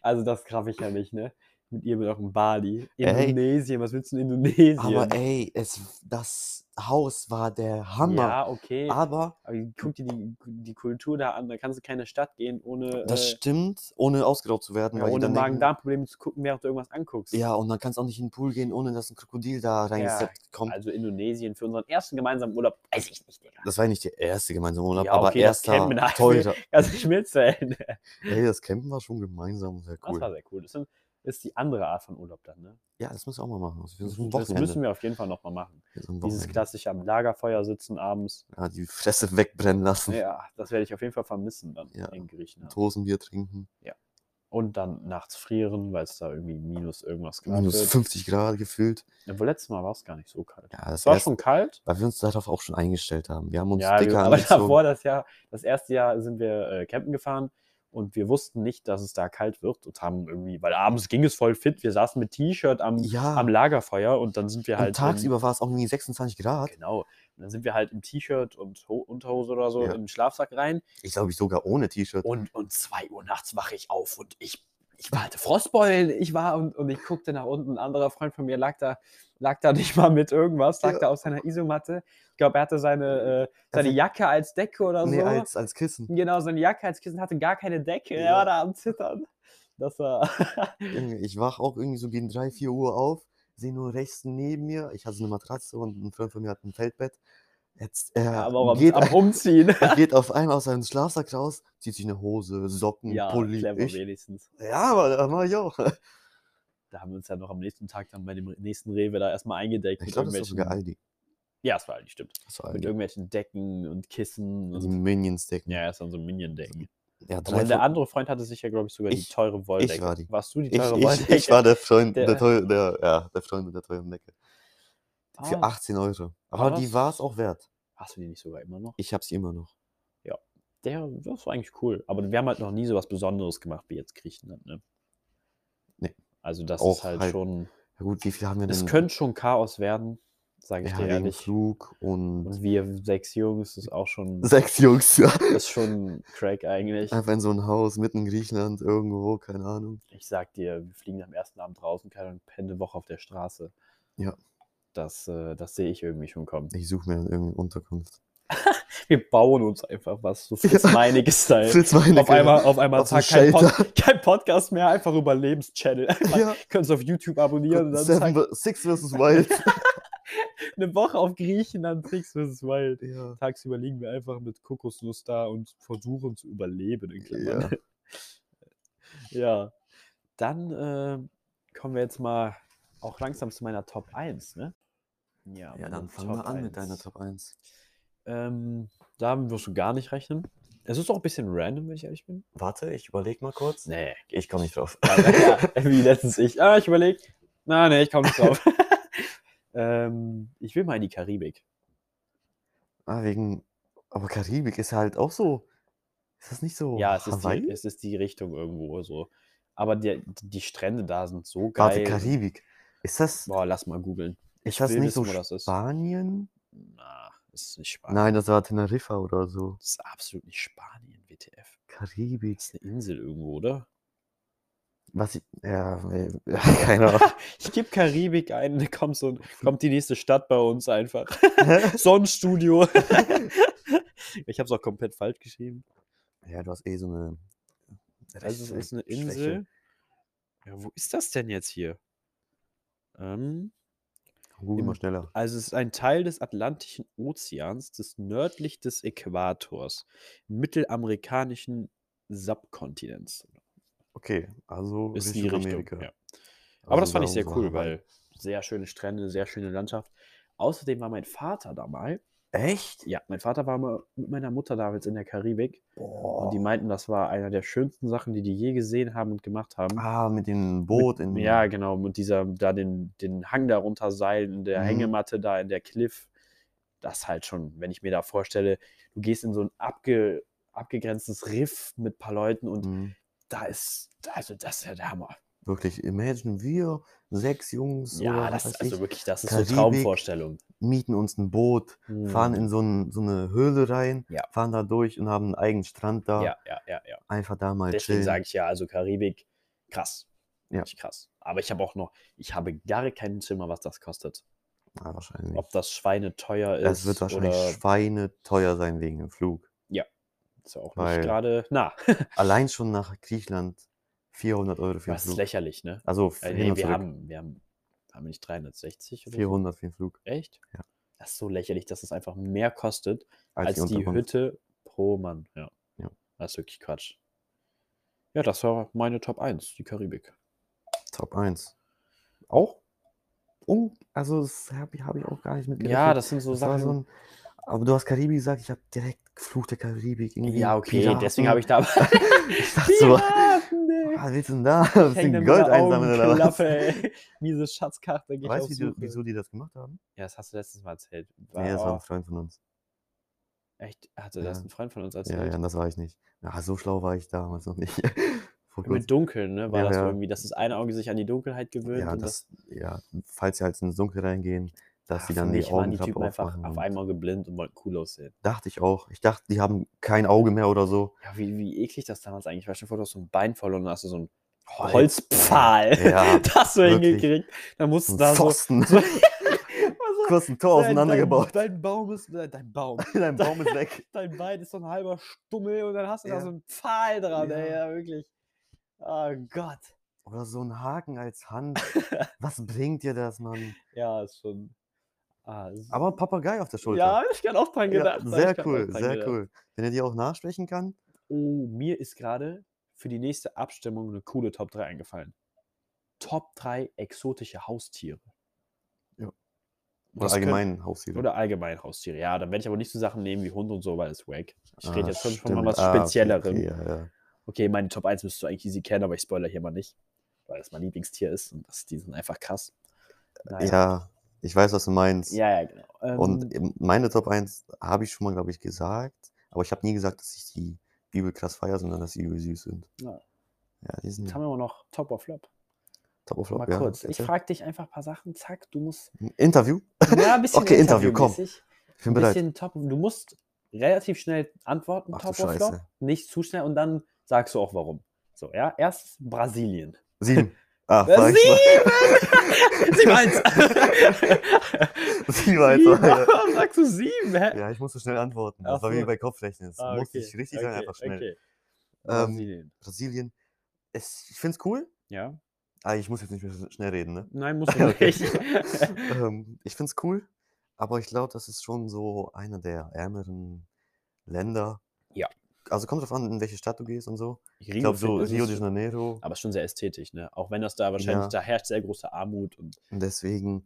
also das graff ich ja nicht, ne? Mit ihr mit auch in Bali.
Ey.
Indonesien, was willst du in Indonesien?
Aber ey, es, das Haus war der Hammer. Ah.
Ja, okay.
Aber
Aber guck dir die, die Kultur da an, da kannst du keine Stadt gehen, ohne,
das
äh,
stimmt, ohne ausgeraubt zu werden.
ja,
weil die
ohne
dann denken,
Magen-Darm-Probleme zu gucken, während du irgendwas anguckst.
Ja, und dann kannst du auch nicht in den Pool gehen, ohne dass ein Krokodil da reingeseppt kommt.
Also Indonesien für unseren ersten gemeinsamen Urlaub, weiß ich nicht, Digga.
Das war ja nicht der erste gemeinsame Urlaub,
Ja,
aber
okay, das
erster
Campen halt.
teurer.
Also ich will zählen.
Ey, das Campen war schon gemeinsam sehr
Das
cool.
war sehr cool. Das sind- ist die andere Art von Urlaub dann, ne?
ja, das müssen wir auch mal machen. Das ist ein
Das
Wochenende.
müssen wir auf jeden Fall nochmal machen.
Das ist ein
Dieses
Wochenende.
klassische am Lagerfeuer sitzen abends.
ja, die Fresse wegbrennen lassen,
Ja, das werde ich auf jeden Fall vermissen dann
Ja.
in Griechenland.
Dosenbier trinken.
Und dann nachts frieren, weil es da irgendwie minus irgendwas kalt
Minus
wird.
50 Grad gefühlt.
Obwohl, letztes Mal war es gar nicht so kalt.
Ja, das
Es war
erste-
schon kalt.
Weil wir uns darauf auch schon eingestellt haben. Wir haben uns
Ja, wir,
dicker
aber
angezogen.
davor das Jahr, das erste Jahr sind wir äh, campen gefahren und wir wussten nicht, dass es da kalt wird und haben irgendwie, weil abends ging es voll fit. Wir saßen mit T-Shirt am,
ja,
am Lagerfeuer und dann sind wir
und
halt
tagsüber war es auch irgendwie 26
Im,
Grad.
genau. Und dann sind wir halt im T-Shirt und Ho Unterhose oder so
Ja.
im Schlafsack rein
Ich glaube, ich sogar ohne T-Shirt.
und um 2 Uhr nachts wache ich auf und ich, ich war hatte Frostbeulen. Ich war und, und ich guckte nach unten. Ein anderer Freund von mir lag da, lag da nicht mal mit irgendwas, lag
Ja.
da auf seiner Isomatte. Ich glaube, er hatte seine, äh, seine
Also-
Jacke als Decke oder
nee,
so.
als, als Kissen.
Genau, seine Jacke als Kissen hatte gar keine Decke. Er
Ja.
war da am Zittern. Das war.
Junge, Ich wach auch irgendwie so gegen 3, 4 Uhr auf, sehe nur rechts neben mir, ich hatte so eine Matratze und ein Freund von mir hat ein Feldbett. Jetzt, er,
aber auch am,
geht,
am Umziehen.
er geht auf einmal aus seinem Schlafsack raus, zieht sich eine Hose, Socken,
ja,
Pulli.
clever
Ich,
wenigstens.
ja, aber das mach ich auch.
Da haben wir uns ja noch am nächsten Tag dann bei dem nächsten Rewe da erstmal eingedeckt.
Ich glaube, das war sogar
irgendwelchen-
Aldi.
Ja, es war Aldi, stimmt.
Das war
Mit
Aldi.
irgendwelchen Decken und Kissen.
Die
Und,
Minions-Decken.
ja, erst dann so Minion-Decken.
Ja,
Aber
drei
der
von-
andere Freund hatte sich ja, glaube ich, sogar
Ich-
die teure Wolldecke.
war die.
Warst du die
ich,
teure
ich,
Wolldecke?
ich war der Freund, der,
Der-
teuer, der, ja, der Freund mit der teuren Decke. Für
Ah,
18 Euro. Aber die
was?
war es auch wert.
Hast du die nicht sogar immer noch?
Ich habe sie immer noch.
Der, das war eigentlich cool. Aber wir haben halt noch nie so was Besonderes gemacht wie jetzt Griechenland, ne?
Nee.
Also das
Auch
ist halt,
halt-
schon.
Ja gut, wie viel haben wir denn?
Es könnte schon Chaos werden, sage ich
ja,
dir
wegen
ehrlich.
Flug und
Und wir sechs Jungs ist auch schon,
sechs Jungs. Ja.
ist schon crack eigentlich.
Einfach in so ein Haus mitten in Griechenland irgendwo, keine Ahnung.
Ich sag dir, wir fliegen am ersten Abend draußen, keine Ahnung, pennen eine Woche auf der Straße.
Ja.
Das, äh, das sehe ich irgendwie schon kommen.
Ich suche mir dann irgendeine Unterkunft.
Wir bauen uns einfach was, so Fritz Meinecke-Style.
Fritz Meinecke.
Auf einmal, auf einmal
auf so
zack, kein,
Shelter.
Pod kein Podcast mehr, einfach Überlebenschannel. Ja.
Ja,
Könnt ihr auf YouTube abonnieren und
gut,
dann
Seven,
zack,
ver- Six vs. Wild.
eine Woche auf Griechenland, Tricks vs. Wild.
ja.
Tagsüber liegen wir einfach mit Kokosnuss da und versuchen zu überleben. In Klammern. ja. Dann äh, kommen wir jetzt mal auch langsam zu meiner Top 1, ne?
ja,
meine
dann fang mal an
1.
mit deiner Top 1.
Ähm, da wirst du gar nicht rechnen. Es ist auch ein bisschen random, wenn ich ehrlich bin.
Warte, ich überleg mal kurz.
Nee.
Ich komme nicht drauf.
Ja, wie letztens ich. Ah, ich überlege. Na, nee, ich komme nicht drauf. ähm, ich will mal in die Karibik.
Ah, wegen. Aber Karibik ist halt auch so. Ist das nicht so?
ja, es ist,
Hawaii?
die, es ist die Richtung irgendwo so. Aber die, die Strände da sind so
Warte,
geil.
Ah, Karibik. Ist das,
Boah, lass mal googeln.
ist das
will
nicht so
wissen, wo das ist.
Spanien?
Na, Das ist nicht Spanien.
Nein, das war Teneriffa oder so.
Das ist absolut nicht Spanien, WTF.
Karibik.
Das ist eine Insel irgendwo, oder?
Was ich, ja, äh, keine Ahnung.
Ich gebe Karibik ein, da kommt, so, ein- kommt die nächste Stadt bei uns einfach. Sonnenstudio. ich habe es auch komplett falsch geschrieben.
ja, du hast eh so eine.
Also es ist eine
Rechtschreibschwäche.
Insel. Ja, wo ist das denn jetzt hier? Ähm,
Google
Im-
mal schneller.
also es ist ein Teil des Atlantischen Ozeans, des nördlich des Äquators, mittelamerikanischen Subkontinents.
Okay, also
Ist die Richtung.
Amerika.
Ja. Aber das
Also
fand ich sehr
sagen wir
cool,
Hawaii.
weil sehr schöne Strände, sehr schöne Landschaft. Außerdem war mein Vater da mal.
Echt?
Ja, mein Vater war mal mit meiner Mutter damals in der Karibik.
Boah.
Und die meinten, das war einer der schönsten Sachen, die die je gesehen haben und gemacht haben.
ah, mit dem Boot in.
Ja, genau, mit dieser, da den, den Hang darunter seilen, in der
Mhm.
Hängematte da, in der Cliff. Das halt schon, wenn ich mir da vorstelle, du gehst in so ein abge, abgegrenztes Riff mit ein paar Leuten und
Mhm.
da ist, also das ist ja der Hammer.
Wirklich, imagine wir, sechs Jungs,
ja,
oder
das,
was weiß
also
ich,
wirklich, das ist so
Karibik,
Traumvorstellung.
mieten uns ein Boot, fahren in so, ein, so eine Höhle rein,
Mhm. Ja.
fahren da durch und haben einen eigenen Strand da.
Ja, ja, ja, ja.
Einfach da mal
Deswegen sage
chillen.
ich ja, also Karibik, krass.
Ja.
Echt krass. Aber ich habe auch noch, ich habe gar keinen Zimmer, was das kostet.
Ah, wahrscheinlich.
Ob das Schweine teuer ist.
es wird wahrscheinlich
oder,
schweineteuer sein wegen dem Flug.
ist ja auch
weil-
nicht gerade. Na,
Allein schon nach Griechenland 400 Euro für den
das ist
Flug.
lächerlich, ne?
Also f-
Äh,
hin
nee,
und
wir
zurück.
haben, wir haben, haben wir nicht 360 oder
400 für den Flug.
so? Echt?
Ja.
Das ist so lächerlich, dass es einfach mehr kostet als, die
Unterkunft.
Hütte pro Mann. Ja.
Ja.
Das ist wirklich Quatsch. Ja, das war meine Top 1, die Karibik.
Top 1. Auch? Um, also das habe hab ich auch gar nicht mitgerechnet.
Ja, das sind so
Das war
Sachen.
so ein, aber du hast Karibik gesagt, ich habe direkt Fluch der Karibik. Irgendwie
ja, okay,
Piraten.
deswegen habe ich da.
Ich dachte so,
Piraten, ey.
was willst du denn da? Ein
Hängen
bisschen
mit der
Gold einsammeln oder was?
Augenklappe, ey. Miese Schatzkarte, geh ich
Weißt
auf
du, wieso,
Suche.
wieso die das gemacht haben?
Ja, das hast du letztens mal erzählt. War,
Nee, das war
oh,
ein Freund von uns.
echt, hatte das
Ja.
ein Freund von uns
Ja,
erzählt?
ja, das war ich nicht. Ja, so schlau war ich damals noch nicht. Vor kurzem.
Mit Dunkeln, ne? War
Ja,
das so
ja.
irgendwie, dass das eine Auge sich an die Dunkelheit gewöhnt
ja,
und
das, ja, falls sie halt ins Dunkel reingehen, dass
Ach,
sie
für
dann die
mich waren die
Augenklappe
Typen einfach
aufmachen.
auf
und-
einmal geblind und wollten cool aussehen.
Dachte ich auch. Ich dachte, die haben kein Auge mehr oder so.
Ja, wie, wie eklig das damals eigentlich war. Stell dir vor, du hast so ein Bein verloren und hast du so einen
Holz-
Holzpfahl.
Ja,
das hast du
wirklich.
hingekriegt. Dann musst du
Ein
da so.
Pfosten.
so
Kurz ein Tor auseinandergebaut.
Dein, dein Baum ist. äh, Dein Baum.
Dein Baum ist weg.
Dein Bein ist so ein halber Stummel und dann hast du da
Ja.
so einen Pfahl dran,
Ja.
ey. Ja, wirklich. Oh Gott.
Oder so ein Haken als Hand. Was bringt dir das, Mann?
Ja, ist schon. Ah, ist-
Aber ein Papagei auf der Schulter.
Ja, hab ich gerade auch dran
Ja,
gedacht. hab ich
sehr
grad auch
cool,
dran
sehr
gedacht.
cool. Wenn er dir auch nachsprechen kann,
Oh, mir ist gerade für die nächste Abstimmung eine coole Top 3 eingefallen. Top 3 exotische Haustiere.
Ja.
Und
oder
das können-
allgemein Haustiere.
Oder allgemein Haustiere. Ja, dann werde ich aber nicht so Sachen nehmen wie Hund und so, weil das ist wack. Ich
Ah,
rede jetzt schon von
stimmt.
was
Ah, okay,
Speziellerem.
Okay,
Okay,
ja, ja.
meine Top 1 müsstest du eigentlich easy kennen, aber ich spoiler hier mal nicht, weil das mein Lieblingstier ist und das, die sind einfach krass. Naja.
ja, ich weiß, was du meinst.
Ja, ja, genau. Ähm,
Und ähm, meine Top 1 habe ich schon mal, glaube ich, gesagt. Aber ich habe nie gesagt, dass ich die übel krass feiere, sondern dass sie übel süß sind.
Ja.
Ja, die sind
jetzt haben wir immer noch Top or Flop.
top of flop.
mal
ja.
kurz. Ich
Erzähl.
frage dich einfach ein paar Sachen, zack, du musst.
Interview?
Ja, ein bisschen
Okay, Interview, komm.
interviewmäßig.
Ich bin
ein
bereit.
bisschen top. Du musst relativ schnell antworten,
Ach du
top or flop.
Scheiße.
Nicht zu schnell und dann sagst du auch warum. So, ja, erst Brasilien.
Sieben. Ah,
Äh,
sag ich
Sieben eins.
mal. Sieben, Alter. Ja.
Warum sagst du sieben? Hä?
Ja, ich musste schnell antworten.
Ach
Das war wie
so.
bei Kopfrechnen. Es
Ah,
musste
okay,
ich richtig
okay,
sein, einfach schnell. Ähm,
Okay. Brasilien.
Brasilien. Brasilien. Es, ich finde es cool.
Ja.
Ah, ich muss jetzt nicht mehr so schnell reden, ne?
Nein, musst du
Okay.
nicht.
ähm, ich finde es cool, aber ich glaube, das ist schon so einer der ärmeren Länder.
Ja.
Also kommt drauf an, in welche Stadt du gehst und so.
Rio
Ich glaube, so
find- es
Rio
ist-
de Janeiro.
Aber ist schon sehr ästhetisch, ne? Auch wenn das da wahrscheinlich,
Ja.
da herrscht sehr große Armut und
Und deswegen,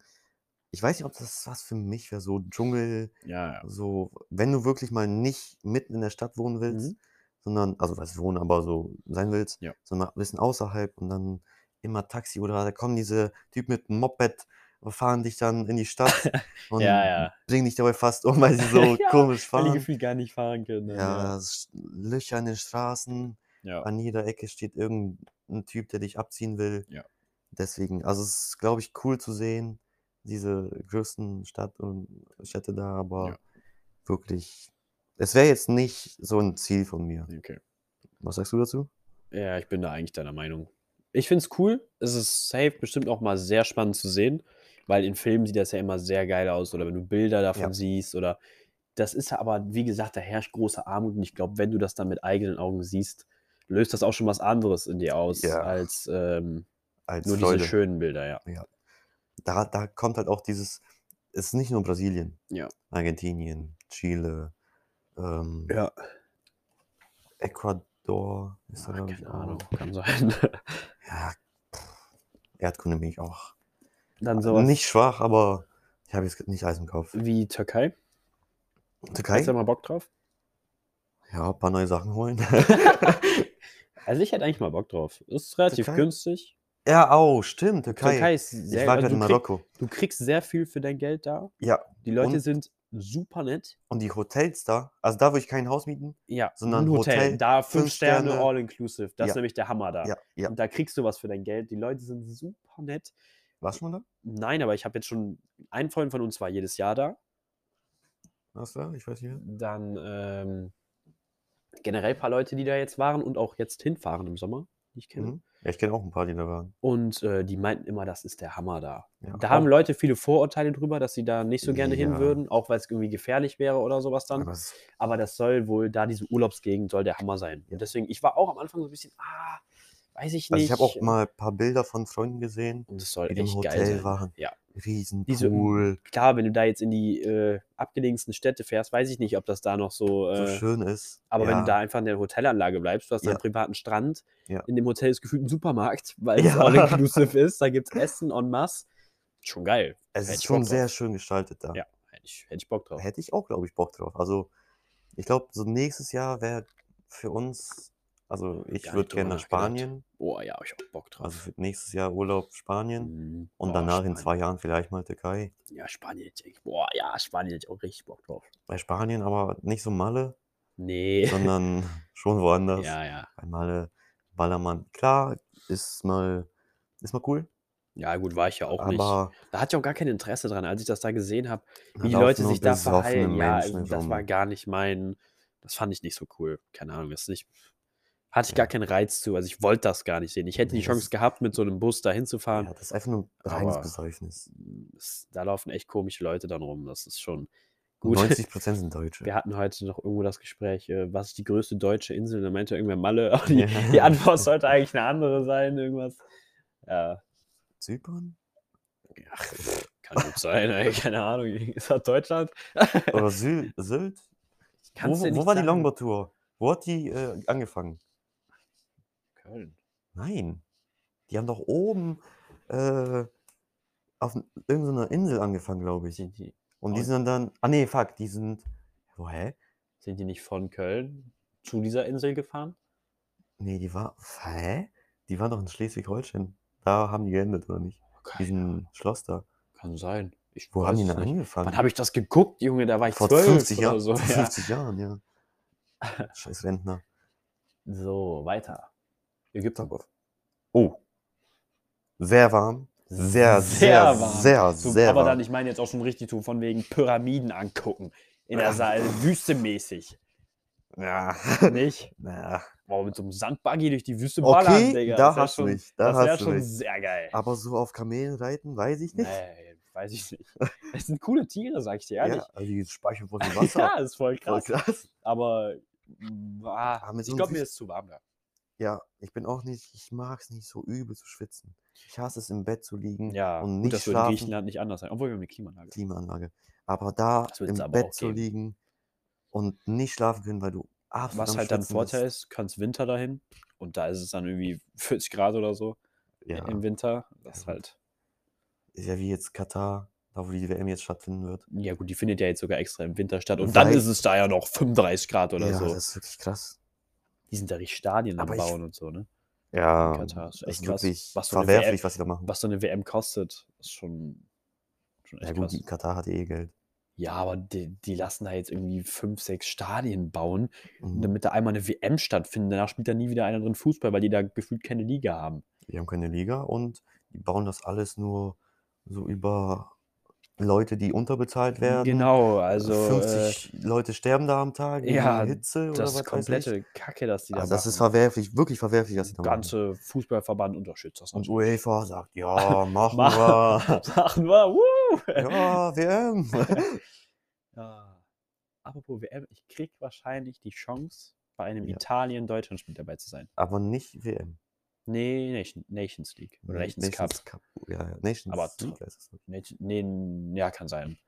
ich weiß nicht, ob das was für mich wäre, so Dschungel,
ja, ja.
so, wenn du wirklich mal nicht mitten in der Stadt wohnen willst,
Mhm.
sondern, also was wohnen, aber so sein willst,
Ja.
sondern ein bisschen außerhalb und dann immer Taxi oder da kommen diese Typen mit einem Moped, fahren dich dann in die Stadt und
Ja, ja.
bringen dich dabei fast um, weil sie so
Ja,
komisch
Weil die
fahren.
gefühlt gar nicht fahren können. dann,
Ja, es ist Löcher in den Straßen,
ja. ja.
an jeder Ecke steht irgendein Typ, der dich abziehen will.
Ja.
Deswegen, also es ist, glaube ich, cool zu sehen, diese größten Stadt und Städte da, aber
Ja.
wirklich. Es wäre jetzt nicht so ein Ziel von mir.
Okay.
Was sagst du dazu?
Ja, ich bin da eigentlich deiner Meinung. Ich finde es cool. Es ist safe bestimmt auch mal sehr spannend zu sehen, weil in Filmen sieht das ja immer sehr geil aus oder wenn du Bilder davon
Ja.
siehst oder das ist ja aber, wie gesagt, da herrscht große Armut und ich glaube, wenn du das dann mit eigenen Augen siehst, löst das auch schon was anderes in dir aus
Ja.
als ähm,
Als
nur diese
Freude.
schönen Bilder, ja.
Da, da kommt halt auch dieses. Es ist nicht nur Brasilien.
Ja.
Argentinien, Chile, ähm,
Ja,
Ecuador ist da,
Ach,
glaube
Ah,
ich,
keine
auch.
Ahnung, kann sein.
Ja, pff, Erdkunde bin ich auch.
dann sowas
Also Nicht schwach, aber ich habe jetzt nicht alles im Kopf.
wie Türkei.
Türkei?
Hast du da mal Bock drauf?
Ja, ein paar neue Sachen holen.
Also ich hätte eigentlich mal Bock drauf. Ist relativ
Türkei?
günstig.
ja, oh, stimmt, Türkei.
Türkei ist
ich
sehr
war
also
gerade in
du krieg-
Marokko.
Du kriegst sehr viel für dein Geld da.
Ja,
Die Leute
Und-
sind super nett.
und die Hotels da, also da würde ich kein Haus mieten.
Ja,
Sondern
ein Hotel.
Hotel,
da fünf,
fünf
Sterne,
Sterne.
all inclusive. Das ist
Ja.
nämlich der Hammer da.
Ja, ja.
Und da kriegst du was für dein Geld. Die Leute sind super nett.
Warst du schon mal
Nein, aber ich habe jetzt schon einen Freund von uns war jedes Jahr da.
da? Warst du da? Ich weiß nicht mehr.
Dann ähm, generell ein paar Leute, die da jetzt waren und auch jetzt hinfahren im Sommer, die ich kenne.
Mhm. Ja, ich kenne auch ein paar, die da waren.
Und äh, die meinten immer, das ist der Hammer da.
Ja, Oh.
Da haben
auch-
Leute viele Vorurteile drüber, dass sie da nicht so gerne hin
Ja.
würden, auch weil es irgendwie gefährlich wäre oder sowas dann.
aber es-
Aber das soll wohl, da diese Urlaubsgegend soll der Hammer sein.
Ja.
Und deswegen, ich war auch am Anfang so ein bisschen, ah, weiß ich nicht.
Also ich habe
äh
auch mal ein paar Bilder von Freunden gesehen,
Und das soll
die im
echt geil
Hotel
sein.
waren.
Ja. Diese-
Riesenpool,
Klar, wenn du da jetzt in die äh, abgelegensten Städte fährst, weiß ich nicht, ob das da noch so.
so
Äh,
schön ist.
aber wenn
ja.
du da einfach in der Hotelanlage bleibst, du hast deinen
Ja.
privaten Strand.
Ja.
In dem Hotel ist gefühlt ein Supermarkt, weil es
Ja.
all-inclusive ist. Da gibt es Essen en masse. Schon geil.
Es
Hätte
ist
ich Bock
schon
drauf.
sehr schön gestaltet da.
Ja. Hätte ich, hätte ich Bock drauf.
Hätte ich auch, glaube ich, Bock drauf. Also, ich glaube, so nächstes Jahr wäre für uns, also ich
Gar nicht
würde
drüber
gerne nach
nachgedacht.
Spanien,
Oh ja, hab ich auch Bock drauf.
also für nächstes Jahr Urlaub Spanien
Mhm.
und
Boah,
danach
Spanien.
in zwei Jahren vielleicht mal Türkei.
Ja, Spanien. hätte ich- Boah, ja, Spanien hätte ich auch richtig Bock drauf.
Bei Spanien aber nicht so Malle,
Nee.
sondern schon woanders.
Ja, ja.
Bei Malle, Ballermann. Klar, ist mal, ist mal cool,
Ja, gut, war ich ja auch nicht.
aber
Da hatte ich auch gar kein Interesse dran, als ich das da gesehen habe,
da
wie die
laufen
Leute
nur
sich da
besoffene
verhalten. Ja,
Menschen
also das
rum.
war gar nicht mein. Das fand ich nicht so cool. Keine Ahnung, das ist nicht. Hatte ich gar keinen Reiz zu. Also ich wollte das gar nicht sehen. Ich hätte die
Nee, das-
Chance gehabt, mit so einem Bus da hinzufahren.
ja, das ist einfach nur reines
aber-
Besäufnis.
Es- Da laufen echt komische Leute dann rum. Das ist schon gut.
90% sind Deutsche.
Wir hatten heute noch irgendwo das Gespräch, äh, was ist die größte deutsche Insel? Da meinte irgendwer Malle. Aber die,
Ja.
die Antwort sollte eigentlich eine andere sein, irgendwas. Ja,
Zypern?
Ach, pff, kann gut sein, ey, keine Ahnung. Ist das Deutschland?
Oder Sylt? Sylt?
Kannst
wo
dir
wo
nicht
war
sagen.
die Longboard-Tour? Wo hat die äh, angefangen?
Köln.
Nein. Die haben doch oben äh, auf n- irgendeiner Insel angefangen, glaube ich.
Sind die,
Und die
aus-
sind dann. Ah, nee, fuck, die sind. Wo, hä?
sind die nicht von Köln zu dieser Insel gefahren?
Nee, die war. Hä? Die waren doch in Schleswig-Holstein. Da haben die geendet, oder nicht?
Keine
Diesen Schloss da.
Kann sein. Ich
Wo
Ah, weiß
haben die
es
denn
nicht.
angefangen?
Wann habe ich das geguckt, Junge? Da war ich
Vor
12
50
oder
Jahren.
so.
Vor
Ja.
50 Jahren, ja. Scheiß Rentner.
So, weiter. Ägypten.
Top. Oh. Sehr warm. Sehr, sehr,
Sehr warm.
sehr,
So,
sehr
aber
warm.
dann, ich meine jetzt auch schon richtig zu, von wegen Pyramiden angucken. In der Sa Wüste mäßig.
Ja.
Nicht?
Na,
Wow, mit so einem Sandbuggy durch die Wüste ballern,
okay,
Digga.
da
wär
hast du
schon-
mich. Da
das wäre
hast du
schon
mich.
sehr geil.
Aber so auf Kamelen reiten, weiß ich nicht.
Nee, weiß ich nicht. Es sind coole Tiere, sag ich dir ehrlich.
Ja, also die speichern voll viel
Ja,
Wasser. ab.
ist voll
voll
krass.
krass.
Aber mm, ah,
Aber mit so
ich
einem
glaube, mir
Wüst-
ist zu warm da.
Ja, ich bin auch nicht, ich mag es nicht so übel zu schwitzen. Ich hasse es im Bett zu liegen
Ja,
und
gut,
nicht
das wird in
schlafen.
Griechenland nicht anders sein, obwohl wir haben eine Klimaanlage.
Klimaanlage. Aber da
Das
im
wird's aber auch
Bett zu
geben.
liegen und nicht schlafen können, weil du absolut
Was
am
halt dann
Schwitzen
Vorteil
bist.
ist, kannst Winter dahin und da ist es dann irgendwie 40 Grad oder so
Ja,
im Winter. Das
Ja,
ist
gut.
halt.
ist ja wie jetzt Katar, da wo die WM jetzt stattfinden wird.
Ja gut, die findet ja jetzt sogar extra im Winter statt. Und
Und
dann
weit-
ist es da ja noch 35 Grad oder
ja,
so.
das ist wirklich krass.
Die sind da richtig Stadien am
Aber ich-
Bauen und so, ne?
Ja,
Katar ist
ist
echt krass.
wirklich
Was für eine
verwerflich,
WM
was sie da machen.
Was so eine WM kostet, ist schon, schon echt
ja gut,
krass.
die Katar hat eh Geld.
Ja, aber die, die lassen da jetzt irgendwie fünf, sechs Stadien bauen,
Mhm.
damit da einmal eine WM stattfindet. Danach spielt da nie wieder einer drin Fußball, weil die da gefühlt keine Liga haben.
Die haben keine Liga und die bauen das alles nur so über Leute, die unterbezahlt werden.
Genau, also äh,
50 Leute sterben da am Tag
ja,
wegen Hitze oder
das ist
was weiß ich.
komplette Kacke, dass die da
Also das ist
machen.
verwerflich, wirklich verwerflich, was die da
Der
machen.
ganze Fußballverband unterstützt das.
Und
natürlich.
UEFA sagt, ja, machen wir.
Machen wir. wuhu!
Ja, WM.
Ja. Apropos WM, ich krieg wahrscheinlich die Chance, bei einem
Ja.
Italien-Deutschland-Spiel dabei zu sein.
Aber nicht WM.
Nee, Nation, Nations League oder
Nee,
Nations, Cup.
Cup. Ja, ja, Nations
Aber tr-
League heißt es. ne?
Nation, nee, ja, kann sein.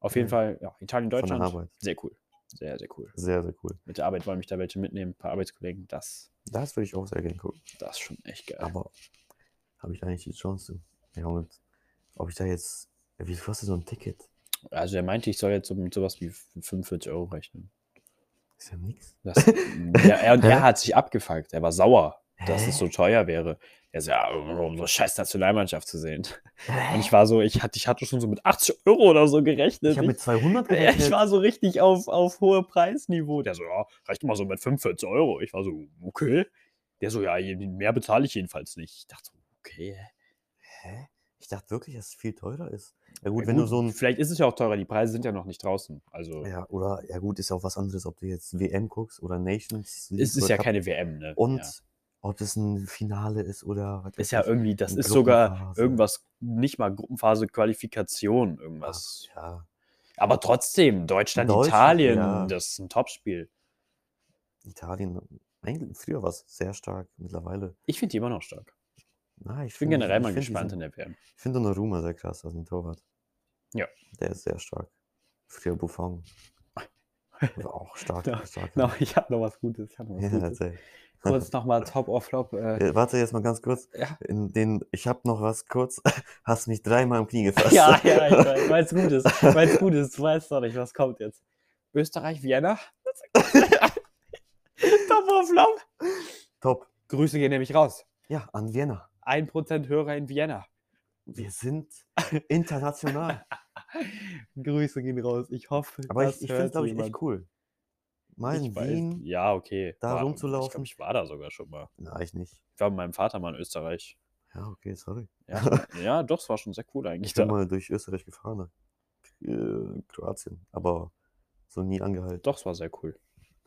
Auf jeden
Ja.
Fall, ja,
Von der
Italien-Deutschland,
Arbeit.
sehr cool. Sehr, sehr cool.
Sehr, sehr cool.
Mit der Arbeit wollen mich da welche mitnehmen, ein paar Arbeitskollegen. Das,
Das würde ich auch sehr gerne gucken.
das ist schon echt geil.
Aber habe ich da nicht die Chance zu? Ja, und ob ich da jetzt. Ja, Wie kostet so ein Ticket?
Also er meinte, ich soll jetzt so mit sowas wie 45 Euro rechnen.
Ist ja nix.
Das, ja, er, und
Hä?
er hat sich abgefuckt. Er war sauer, dass
Hä?
es so teuer wäre. Er ist ja, um so scheiß Nationalmannschaft zu sehen. Und
Hä?
ich war so, ich hatte, ich hatte schon so mit 80 Euro oder so gerechnet.
Ich habe mit 200
Ja, ich
gerechnet.
war so richtig auf, auf hohe Preisniveau. Der so, ja, reicht mal so mit 45 Euro. Ich war so, okay. Der so, ja, je- mehr bezahle ich jedenfalls nicht. Ich dachte so, okay.
Hä? Ich dachte wirklich, dass es viel teurer ist. Ja
Na
gut, wenn du so ein.
Vielleicht ist es ja auch teurer, die Preise sind ja noch nicht draußen. Also,
Ja, oder ja gut, ist ja auch was anderes, ob du jetzt WM guckst oder Nations League.
es ist
World
ja
Cup.
keine WM, ne?
Und
ja.
ob das ein Finale ist oder was weiß
Ist ja
ich.
irgendwie, das
eine
ist sogar
Gruppenphase.
irgendwas, nicht mal Gruppenphase, Qualifikation, irgendwas.
Also, Ja,
Aber trotzdem, Deutschland,
Deutschland,
Italien,
ja.
das ist ein Topspiel.
Italien. Eigentlich früher war es sehr stark, mittlerweile.
Ich finde die immer noch stark.
Na, ich
Ich bin
find-
generell
ich
mal
find
gespannt in
diesen-
der WM.
Ich finde Donnarumma sehr krass, also den Torwart.
Ja.
Der ist sehr stark. Früher Buffon. War auch stark.
Na,
stark
No, Genau, ich habe noch was Gutes. Ich hab noch was
ja,
Gutes.
erzähl.
Kurz nochmal Top or Flop. Äh,
Äh, Warte jetzt mal ganz kurz.
ja.
In den, ich habe noch was kurz. Hast mich dreimal im Knie gefasst.
ja, ja, ich weiß, weil's gut ist. Weil's gut ist. Du weißt doch nicht, was kommt jetzt. Österreich, Vienna. Top or Flop.
Top.
Grüße gehen nämlich raus.
Ja, an Vienna.
1% Hörer in Vienna.
Wir sind international.
Grüße gehen raus. Ich hoffe,
Aber
das
ich, ich finde
finde
es, glaube ich, echt cool. Mal in Wien.
ja, okay.
da
War- Ich,
rumzulaufen.
glaub, ich war da sogar schon mal.
Na, ich nicht.
Ich war mit meinem Vater mal in Österreich.
Ja, okay, sorry.
Ja, ja doch, es war schon sehr cool eigentlich.
Ich bin
da.
mal durch Österreich gefahren. nach, Äh, Kroatien. Aber so nie angehalten.
Doch, es war sehr cool.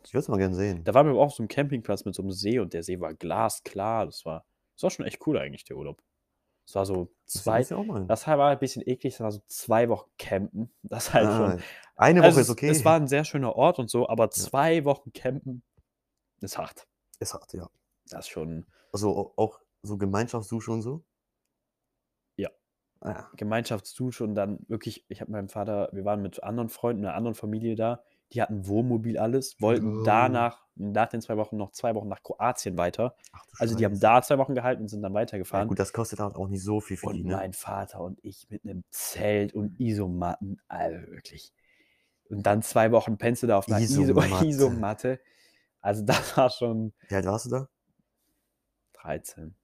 Ich würde es mal gerne sehen.
Da waren wir aber auch auf so einem Campingplatz mit so einem See und der See war glasklar. Das war, das war schon echt cool eigentlich, der Urlaub. Es war so
Das
zwei.
muss ich auch mal hin.
Das war ein bisschen eklig, das war so zwei Wochen campen. Das halt
Ah,
schon.
Eine Woche
also
ist
es-
okay.
Es war ein sehr schöner Ort und so, aber zwei Wochen campen ist hart.
Ist hart, ja.
Das ist schon.
Also au- auch so Gemeinschaftsdusche und so?
Ja.
Ah, ja.
Gemeinschaftsdusche und dann wirklich, ich habe meinem Vater, wir waren mit anderen Freunden, einer anderen Familie da, die hatten Wohnmobil alles, wollten
Oh.
danach, nach den zwei Wochen, noch zwei Wochen nach Kroatien weiter.
Ach du
Also die haben
Scheiße.
da zwei Wochen gehalten und sind dann
Ja,
weitergefahren.
gut, das kostet halt auch nicht so viel für
und
die, ne?
mein Vater und ich mit einem Zelt und Isomatten, also wirklich. Und dann zwei Wochen pennst du da auf einer Iso-
Isomatte.
Isomatte. Also das war schon
Wie alt warst du da?
13.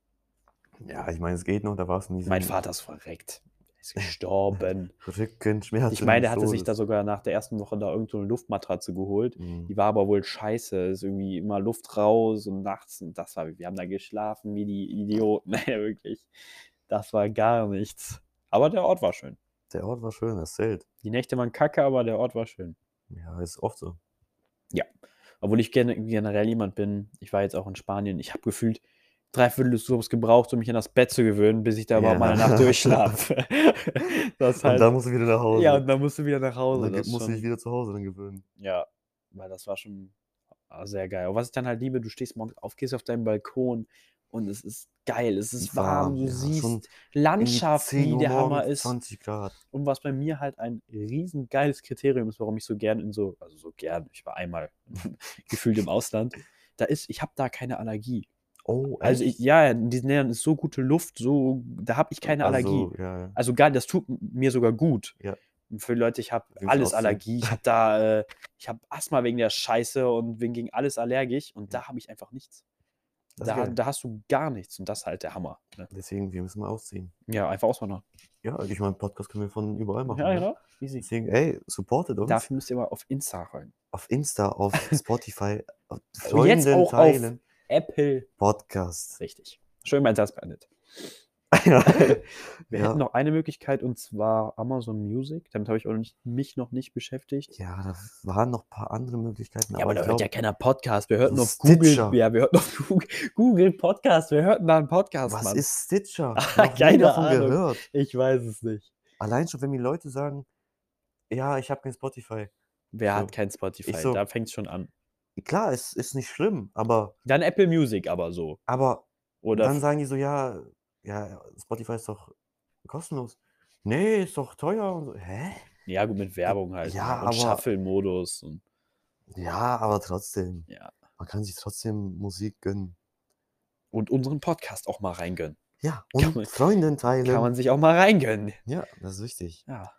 Ja, ich meine, es geht noch, da warst du nicht so
Mein Vater ist verreckt. Er ist gestorben.
Rückenschmerzen.
Ich meine, er hatte
so,
sich da
das-
sogar nach der ersten Woche da irgendeine so eine Luftmatratze geholt.
Mhm.
Die war aber wohl scheiße. Ist irgendwie immer Luft raus und nachts. Und das war, wir haben da geschlafen wie die Idioten. Ey, wirklich. Das war gar nichts. Aber der Ort war schön.
Der Ort war schön, das Zelt.
Die Nächte waren kacke, aber der Ort war schön.
Ja, ist oft so.
Obwohl ich gen- generell jemand bin, ich war jetzt auch in Spanien, ich habe gefühlt drei Viertel des Urlaubs gebraucht, um mich an das Bett zu gewöhnen, bis ich da überhaupt mal eine
Ja.
Nacht durchschlafe. das
Und
halt,
dann musst du wieder nach Hause.
ja, und dann musst du wieder nach
Und
Hause.
dann
das
ge- musst du
schon-
dich wieder zu Hause dann gewöhnen.
Ja, weil das war schon ah, sehr geil. Und was ich dann halt liebe, du stehst morgens auf, gehst auf deinen Balkon und es ist geil, es ist warm, du
ja, schon
siehst
irgendwie
Landschaft,
10
die
Uhr
der Hammer
morgens,
ist.
20 Grad.
Und was bei mir halt ein riesen geiles Kriterium ist, warum ich so gern in so, also so gern, ich war einmal gefühlt im Ausland, da ist, ich habe da keine Allergie.
Oh,
Also ich,
echt?
ja, in diesen Ländern ist so gute Luft, so, da habe ich keine Allergie.
Also, ja, ja.
Also geil, das tut m- mir sogar gut.
Ja.
Und Für Leute, ich habe
Ging's
alles
auch so?
Allergie. Ich habe da, äh, ich habe Asthma wegen der Scheiße und wegen gegen alles allergisch und
Ja.
da habe ich einfach nichts.
Mhm. Das ist
Da,
geil.
da hast du gar nichts und das ist halt der Hammer. Ne?
Deswegen, wir müssen mal ausziehen.
Ja, einfach auswandern.
Ja, ich meine, Podcast können wir von überall machen. ne?
Easy.
Deswegen, ey, supportet uns.
Dafür müsst ihr mal auf Insta rein.
Auf Insta, auf Spotify, auf
auch
Freunden
auf-
teilen.
Apple.
Podcast.
Richtig. Schön mein Satz beendet.
ja.
Wir
Ja.
hätten noch eine Möglichkeit und zwar Amazon Music. Damit habe ich auch nicht, mich noch nicht beschäftigt.
ja, da waren noch ein paar andere Möglichkeiten.
Ja, aber da
ich
hört ja
glaub,
keiner Podcast. Wir hörten auf
Stitcher.
Google. Ja, wir hörten auf Google, Google Podcast. Wir hörten da einen Podcast,
was
Mann.
ist Stitcher? Noch nie
Keine
davon
Ahnung.
gehört.
ich weiß es nicht.
Allein schon, wenn mir Leute sagen, ja, ich habe kein Spotify.
Wer
So.
hat kein Spotify?
Ich so-
Da fängt es schon an.
Klar, es ist nicht schlimm, aber,
Dann Apple Music aber so.
aber
Oder
dann sagen die so, ja, ja, Spotify ist doch kostenlos. Nee, ist doch teuer und so. Hä?
ja, gut, mit Werbung halt.
Ja,
ne?
aber-
und Shuffle-Modus. und-
Ja, aber trotzdem.
Ja.
Man kann sich trotzdem Musik gönnen.
Und unseren Podcast auch mal reingönnen.
Ja,
Kann
und
man-
Freundin teilen.
Kann man sich auch mal reingönnen.
ja, das ist wichtig.
Ja.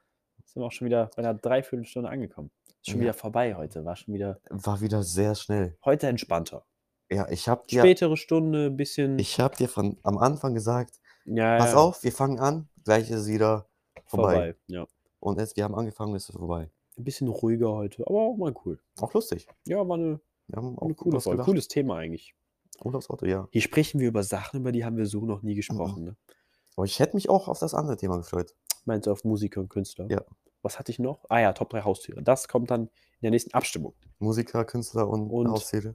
Sind wir auch schon wieder bei einer Dreiviertelstunde angekommen. Ist schon
Ja.
wieder vorbei heute. War schon wieder
War wieder sehr schnell.
heute entspannter.
Ja, ich habe dir,
Spätere Stunde, bisschen.
ich hab dir von, am Anfang gesagt,
ja,
pass
ja,
auf, wir fangen an, gleich ist es wieder vorbei.
Ja.
Und jetzt, wir haben angefangen, ist es vorbei.
Ein bisschen ruhiger heute, aber auch mal cool.
Auch lustig.
Ja, war eine,
Wir haben auch
eine coole
was
Folge.
gelacht.
Cooles Thema eigentlich.
Urlaubsauto, ja.
Hier sprechen wir über Sachen, über die haben wir so noch
Mhm.
nie gesprochen. Ne?
Aber ich hätte mich auch auf das andere Thema gefreut.
Meinst du auf Musiker und Künstler?
Ja.
Was hatte ich noch? Ah ja, Top 3 Haustiere. Das kommt dann in der nächsten Abstimmung.
Musiker, Künstler und,
Und-
Haustiere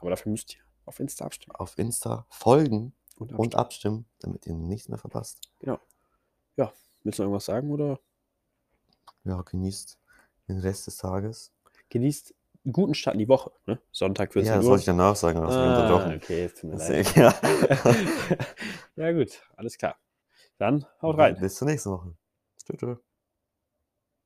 Aber dafür müsst ihr auf Insta abstimmen.
auf Insta folgen
Und
und abstimmen, damit ihr nichts mehr verpasst.
Willst du noch irgendwas sagen oder
Ja, genießt den Rest des Tages.
genießt einen guten Start in die Woche? Ne? Sonntag 14
ja, das
Uhr.
wollte ich danach sagen, aber das ah,
ah,
unterbrochen.
okay, jetzt tut mir leid.
Deswegen, ja.
ja gut, alles klar. Dann haut rein.
Bis zur nächsten Woche. Tschüss. tschüss.